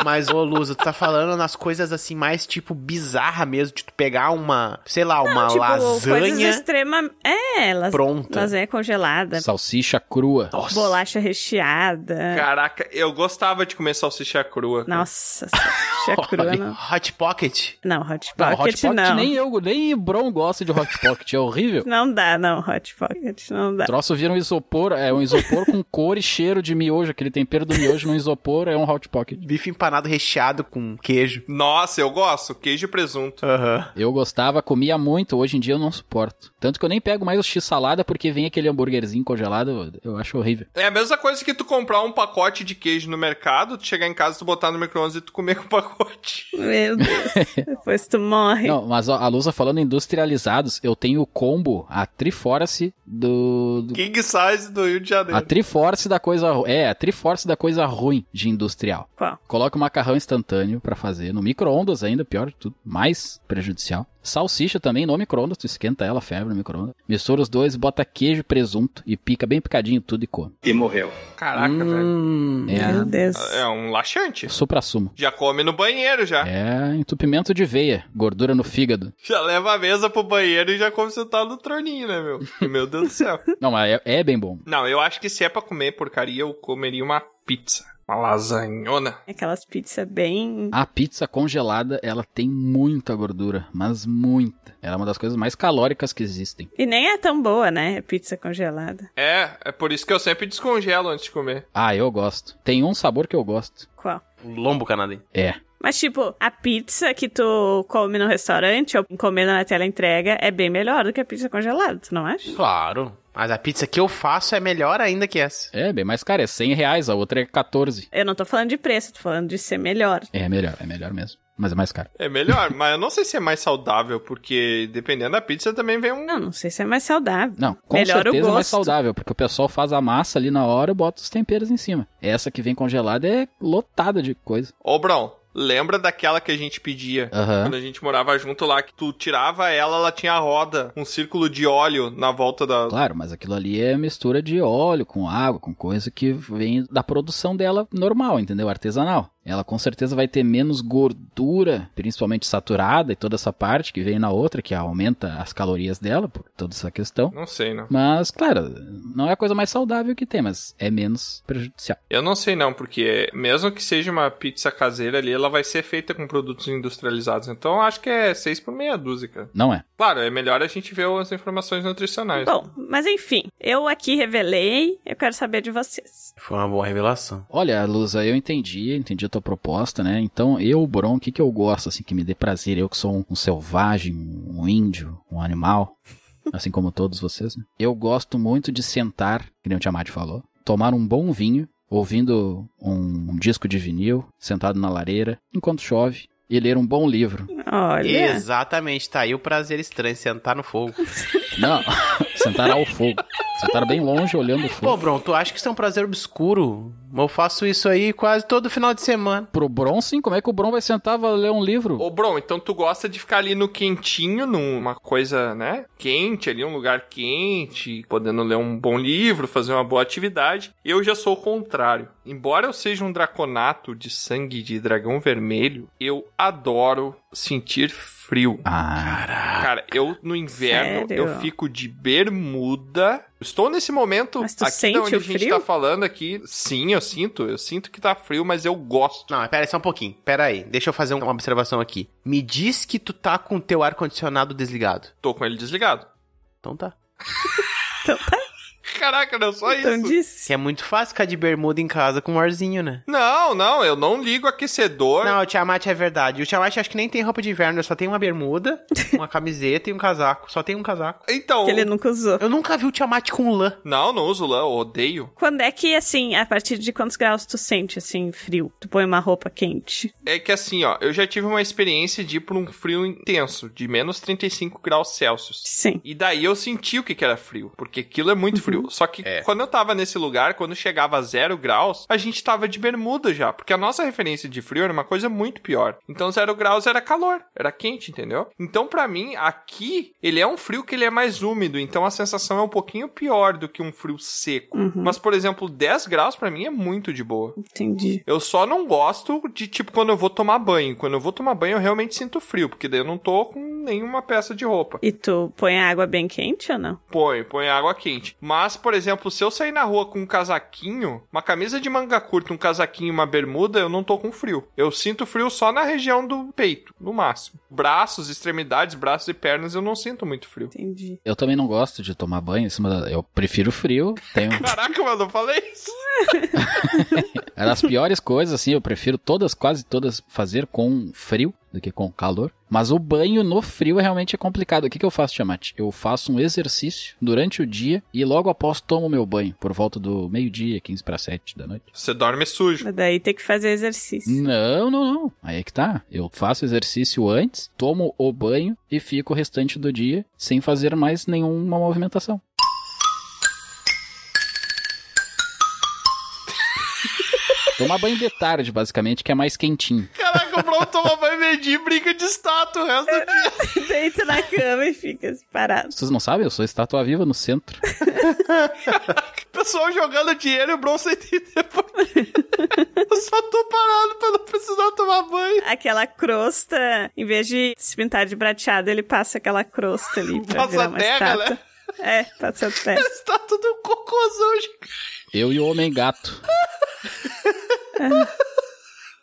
Speaker 2: Mas, ô, Lusa, tu tá falando nas coisas, assim, mais, tipo, bizarra mesmo, de tu pegar uma, sei lá, uma
Speaker 1: tipo, coisas
Speaker 2: lasanha.
Speaker 1: extremamente. É, las...
Speaker 2: Pronta.
Speaker 1: lasanha congelada,
Speaker 4: Salsicha crua.
Speaker 1: bolacha recheada.
Speaker 3: Caraca, eu gostava de comer salsicha crua.
Speaker 1: Nossa, salsicha crua não.
Speaker 2: Hot Pocket?
Speaker 1: Não, Hot
Speaker 4: Não,
Speaker 1: Pocket
Speaker 4: Hot Pocket
Speaker 1: não.
Speaker 4: nem eu, nem o Bron gosta de Hot Pocket, é horrível.
Speaker 1: Não dá, não, Hot Pocket, não dá.
Speaker 4: O troço vira um isopor, é um isopor com cor e cheiro de miojo, aquele tempero do miojo num isopor é um Hot Pocket.
Speaker 2: Bife empanado recheado com queijo.
Speaker 3: Nossa, eu gosto. Queijo e presunto.
Speaker 2: Aham.
Speaker 4: Eu gostava, comia muito, hoje em dia eu não suporto. Tanto que eu nem pego mais o X-salada porque vem aquele hambúrguerzinho congelado, eu eu acho horrível.
Speaker 3: É a mesma coisa que tu comprar um pacote de queijo no mercado, tu chegar em casa, tu botar no micro-ondas e tu comer com o pacote.
Speaker 1: Meu Deus, depois tu morre.
Speaker 4: Não, mas ó, a Lusa falando industrializados, eu tenho o combo, a Triforce do. do-
Speaker 3: King size do Rio de Janeiro.
Speaker 4: a Triforce da coisa. ru- É, a Triforce da coisa ruim de industrial.
Speaker 1: Qual?
Speaker 4: Coloca o macarrão instantâneo pra fazer no micro-ondas ainda, pior de tudo, mais prejudicial. Salsicha também no micro-ondas, tu esquenta ela, febre no micro-ondas. Mistura os dois, bota queijo, presunto e pica bem picadinho tudo e come.
Speaker 3: E morreu.
Speaker 1: Ah.
Speaker 3: Caraca,
Speaker 1: Hum.
Speaker 4: É.
Speaker 1: Meu Deus.
Speaker 3: velho. É um laxante.
Speaker 4: Supra sumo.
Speaker 3: Já come no banheiro já.
Speaker 4: É entupimento de veia, gordura no fígado.
Speaker 3: Já leva a mesa pro banheiro e já come sentado no troninho, né, meu? meu Deus do céu.
Speaker 4: Não, mas é, é bem bom.
Speaker 3: Não, eu acho que se é pra comer porcaria, eu comeria uma pizza. Uma lasanhona.
Speaker 1: Aquelas pizzas bem.
Speaker 4: A pizza congelada, ela tem muita gordura, mas muita. Ela é uma das coisas mais calóricas que existem.
Speaker 1: E nem é tão boa, né? Pizza congelada.
Speaker 3: É, é por isso que eu sempre descongelo antes de comer.
Speaker 4: Ah, eu gosto. Tem um sabor que eu gosto.
Speaker 1: Qual?
Speaker 2: Lombo canadense.
Speaker 4: É.
Speaker 1: Mas, tipo, a pizza que tu come no restaurante ou encomenda na tela entrega é bem melhor do que a pizza congelada, tu não acha?
Speaker 2: Claro. Mas a pizza que eu faço é melhor ainda que essa.
Speaker 4: É, bem mais cara, é 100 reais, a outra é 14.
Speaker 1: Eu não tô falando de preço, tô falando de ser melhor.
Speaker 4: É melhor, é melhor mesmo. Mas é mais caro.
Speaker 3: É melhor, mas eu não sei se é mais saudável, porque dependendo da pizza também vem um.
Speaker 1: Não, não sei se é mais saudável.
Speaker 4: Não, com
Speaker 1: Melhora o
Speaker 4: certeza é mais
Speaker 1: gosto.
Speaker 4: saudável, porque o pessoal faz a massa ali na hora e bota os temperos em cima. Essa que vem congelada é lotada de coisa.
Speaker 3: Ô, Brão, lembra daquela que a gente pedia
Speaker 4: Aham.
Speaker 3: quando a gente morava junto lá, que tu tirava ela, ela tinha a roda, um círculo de óleo na volta da.
Speaker 4: Claro, mas aquilo ali é mistura de óleo com água, com coisa que vem da produção dela normal, entendeu? Artesanal. ela com certeza vai ter menos gordura, principalmente saturada e toda essa parte que vem na outra, que aumenta as calorias dela por toda essa questão.
Speaker 3: Não sei, não.
Speaker 4: Mas, claro, não é a coisa mais saudável que tem, mas é menos prejudicial.
Speaker 3: Eu não sei não, porque mesmo que seja uma pizza caseira ali, ela vai ser feita com produtos industrializados. Então eu acho que é 6 por meia dúzia, cara.
Speaker 4: Não é.
Speaker 3: Claro, é melhor a gente ver as informações nutricionais.
Speaker 16: Bom, mas enfim, eu aqui revelei, eu quero saber de vocês.
Speaker 2: Foi uma boa revelação.
Speaker 4: Olha, Lusa, eu entendi, entendi a tua proposta, né? Então, eu, Bron, o que, que eu gosto, assim, que me dê prazer? Eu que sou um, um selvagem, um índio, um animal, assim como todos vocês, né? Eu gosto muito de sentar, que nem o Tiamat falou, tomar um bom vinho, ouvindo um, um disco de vinil, sentado na lareira, enquanto chove, e ler um bom livro.
Speaker 16: Olha.
Speaker 2: Exatamente, tá aí o prazer estranho, sentar no fogo.
Speaker 4: Não, sentar ao fogo. Sentar bem longe, olhando o fogo.
Speaker 2: Pô, Bron, tu acha que isso é um prazer obscuro? Eu faço isso aí quase todo final de semana.
Speaker 4: Pro Bron, sim. Como é que o Bron vai sentar vai ler um livro?
Speaker 3: Ô, Bron, então tu gosta de ficar ali no quentinho, numa coisa, né? Quente ali, um lugar quente, podendo ler um bom livro, fazer uma boa atividade. Eu já sou o contrário. Embora eu seja um draconato de sangue de dragão vermelho, eu adoro sentir frio.
Speaker 4: Ah,
Speaker 3: Cara, eu no inverno
Speaker 16: Sério?
Speaker 3: eu fico de bermuda. Estou nesse momento
Speaker 16: Mas tu
Speaker 3: aqui
Speaker 16: sente
Speaker 3: onde a
Speaker 16: o
Speaker 3: gente
Speaker 16: frio?
Speaker 3: tá falando aqui. Sim, eu sinto, eu sinto que tá frio, mas eu gosto.
Speaker 2: Não, pera aí só um pouquinho. Pera aí, deixa eu fazer uma observação aqui. Me diz que tu tá com o teu ar-condicionado desligado.
Speaker 3: Tô com ele desligado.
Speaker 2: Então tá.
Speaker 3: Caraca, não só
Speaker 1: Então
Speaker 3: isso.
Speaker 16: disse.
Speaker 2: Que é muito fácil ficar de bermuda em casa com um arzinho, né?
Speaker 3: Não, não, eu não ligo o aquecedor.
Speaker 2: Não, o Tiamat é verdade. O Tiamat acho que nem tem roupa de inverno, ele só tem uma bermuda, uma camiseta e um casaco. Só tem um casaco.
Speaker 3: Então,
Speaker 16: Que ele nunca usou.
Speaker 2: Eu nunca vi o Tiamat com lã.
Speaker 3: não, não uso lã, eu odeio.
Speaker 16: Quando é que, assim, a partir de quantos graus tu sente, assim, frio? Tu põe uma roupa quente?
Speaker 3: É que assim, ó, eu já tive uma experiência de ir pra um frio intenso, de menos 35 graus Celsius.
Speaker 16: Sim.
Speaker 3: E daí eu senti o que que era frio, porque aquilo é muito frio. Só que quando eu tava nesse lugar, quando chegava a zero graus, a gente tava de bermuda já, porque a nossa referência de frio era uma coisa muito pior. Então zero graus era calor, era quente, entendeu? Então pra mim, aqui, ele é um frio que ele é mais úmido, então a sensação é um pouquinho pior do que um frio seco. Mas, por exemplo, 10 graus pra mim é muito de boa.
Speaker 16: Entendi.
Speaker 3: Eu só não gosto de, tipo, quando eu vou tomar banho. Quando eu vou tomar banho, eu realmente sinto frio, porque daí eu não tô com nenhuma peça de roupa.
Speaker 16: E tu põe a água bem quente ou não?
Speaker 3: Põe, põe água quente. Mas, por exemplo, se eu sair na rua com um casaquinho, uma camisa de manga curta, um casaquinho e uma bermuda, eu não tô com frio. Eu sinto frio só na região do peito, no máximo. Braços, extremidades, braços e pernas, eu não sinto muito frio.
Speaker 16: Entendi.
Speaker 4: Eu também não gosto de tomar banho em cima da... Eu prefiro frio. Tenho...
Speaker 3: Caraca, mas eu não falei isso.
Speaker 4: Era as é piores coisas, assim, eu prefiro todas, quase todas, fazer com frio do que com calor. Mas o banho no frio é realmente é complicado. O que, que eu faço, Tiamat? Eu faço um exercício durante o dia e logo após tomo meu banho, por volta do meio-dia, 15 para 7 da noite.
Speaker 3: Você dorme sujo.
Speaker 16: Mas daí tem que fazer exercício.
Speaker 4: Não, não, não. Aí é que tá. Eu faço exercício antes, tomo o banho e fico o restante do dia sem fazer mais nenhuma movimentação. Tomar banho de tarde, basicamente, que é mais quentinho.
Speaker 3: Caraca, o Bruno toma banho medir e brinca de estátua o resto do dia.
Speaker 16: Deita na cama e fica parado.
Speaker 4: Vocês não sabem, eu sou estátua viva no centro.
Speaker 3: O pessoal jogando dinheiro e o Bruno sem entender por quê. Eu só tô parado pra não precisar tomar banho.
Speaker 16: Aquela crosta, em vez de se pintar de prateado, ele passa aquela crosta ali pra
Speaker 3: Passa
Speaker 16: virar uma
Speaker 3: terra,
Speaker 16: estátua.
Speaker 3: né?
Speaker 16: É, passa até.
Speaker 3: Está tudo um cocôzão de
Speaker 4: Eu e o homem gato.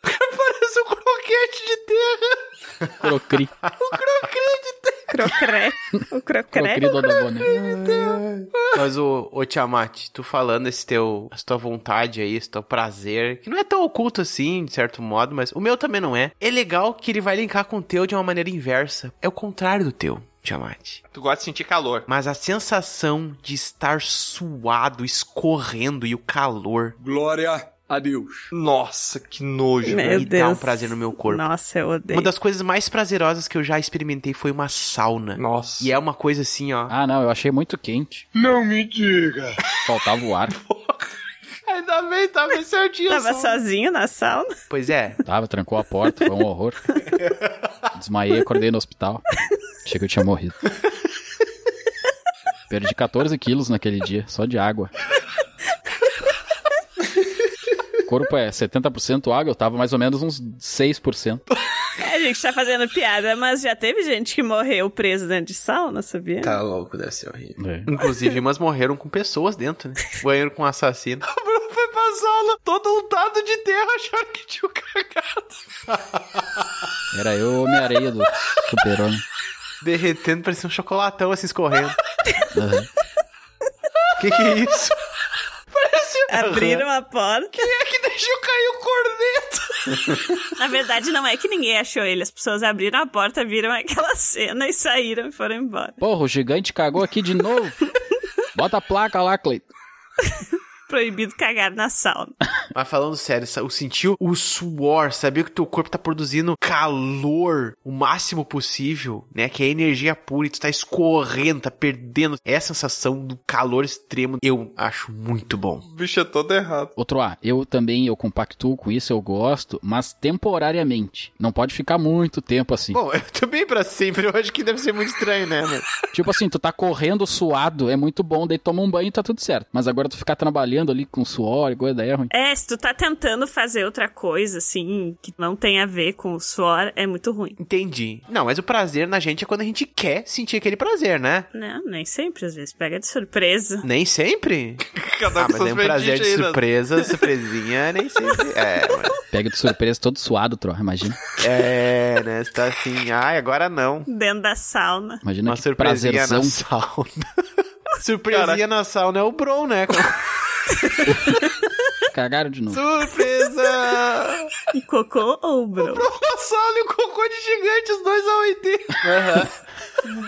Speaker 3: Parece um croquete de terra.
Speaker 4: Crocri.
Speaker 3: Um croquete de terra.
Speaker 16: Crocré. O crocré.
Speaker 4: Crocri do Adabone.
Speaker 2: Mas o, o Tiamat, tu falando esse teu, essa tua vontade aí, esse teu prazer, que não é tão oculto assim, de certo modo, mas o meu também não é. É legal que ele vai linkar com o teu de uma maneira inversa. É o contrário do teu, Tiamat.
Speaker 3: Tu gosta de sentir calor.
Speaker 2: Mas a sensação de estar suado, escorrendo e o calor
Speaker 15: Glória a Deus.
Speaker 3: Nossa, que nojo.
Speaker 16: Meu
Speaker 2: me dá um
Speaker 16: Deus.
Speaker 2: prazer no meu corpo.
Speaker 16: Nossa, eu odeio.
Speaker 2: Uma das coisas mais prazerosas que eu já experimentei foi uma sauna.
Speaker 3: Nossa.
Speaker 2: E é uma coisa assim, ó.
Speaker 4: Ah, não, eu achei muito quente.
Speaker 6: Não me diga.
Speaker 4: Faltava o ar.
Speaker 3: Ainda bem, tá bem certinho.
Speaker 16: Tava
Speaker 3: só.
Speaker 16: sozinho na sauna.
Speaker 2: Pois é.
Speaker 4: Tava, trancou a porta, foi um horror. Desmaiei, acordei no hospital. Achei que eu tinha morrido. Perdi 14 quilos naquele dia, só de água. corpo é 70% água, eu tava mais ou menos uns 6%.
Speaker 1: É, a gente tá fazendo piada, mas já teve gente que morreu preso dentro de sauna, sabia?
Speaker 2: Tá louco, deve ser horrível. É. Inclusive, umas morreram com pessoas dentro, né? Banheiro com assassino.
Speaker 3: O Bruno foi pra sala, todo untado de terra, achando que tinha um cagado.
Speaker 4: Era eu ou minha areia do super-homem.
Speaker 2: Derretendo, parecia um chocolatão assim escorrendo. Uhum. Que que é isso?
Speaker 1: Abriram a porta.
Speaker 3: Quem é que deixou cair o corneto?
Speaker 1: Na verdade, não é que ninguém achou ele. As pessoas abriram a porta, viram aquela cena e saíram e foram embora.
Speaker 4: Porra, o gigante cagou aqui de novo. Bota a placa lá, Cleiton.
Speaker 1: Proibido cagar na sauna.
Speaker 2: Mas falando sério, eu sentiu o suor, sabia que teu corpo tá produzindo calor o máximo possível, né? Que é energia pura e tu tá escorrendo, tá perdendo essa sensação do calor extremo. Eu acho muito bom.
Speaker 3: O bicho é todo errado.
Speaker 4: Outro A, eu também eu compactuo com isso, eu gosto, mas temporariamente. Não pode ficar muito tempo assim.
Speaker 2: Bom, eu também pra sempre, eu acho que deve ser muito estranho, né? Mas...
Speaker 4: tipo assim, tu tá correndo suado, é muito bom, daí toma um banho e tá tudo certo. Mas agora tu ficar trabalhando ali com suor e coisa daí é ruim.
Speaker 1: É, se tu tá tentando fazer outra coisa, assim, que não tem a ver com o suor, é muito ruim.
Speaker 2: Entendi. Não, mas o prazer na gente é quando a gente quer sentir aquele prazer, né?
Speaker 1: Não, nem sempre, às vezes pega de surpresa.
Speaker 2: Nem sempre?
Speaker 3: Cada
Speaker 2: ah, mas é um prazer de surpresa, surpresinha, nem sempre. É, mas...
Speaker 4: Pega de surpresa todo suado, troca, imagina.
Speaker 2: É, né? Você tá assim, ai, agora não.
Speaker 1: Dentro da sauna.
Speaker 4: Imagina Uma Né? que prazerzão.
Speaker 2: na sauna. surpresinha Caraca. na sauna é o Bron, né?
Speaker 4: Cagaram de novo.
Speaker 3: Surpresa!
Speaker 1: E cocô ou bro?
Speaker 3: O Bromassol e
Speaker 2: um
Speaker 3: o cocô de gigante, os dois ao 80. Uhum.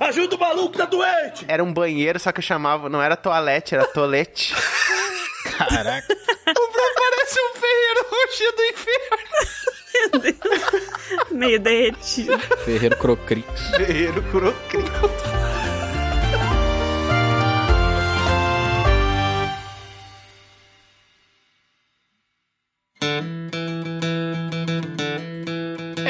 Speaker 10: Ajuda o maluco, tá doente!
Speaker 2: Era um banheiro, só que eu chamava... Não era toalete, era tolete.
Speaker 4: Caraca.
Speaker 3: o Bro parece um ferreiro roxo do inferno.
Speaker 1: Meu Deus. Meio derretido.
Speaker 4: Ferreiro crocri.
Speaker 2: Ferreiro crocri.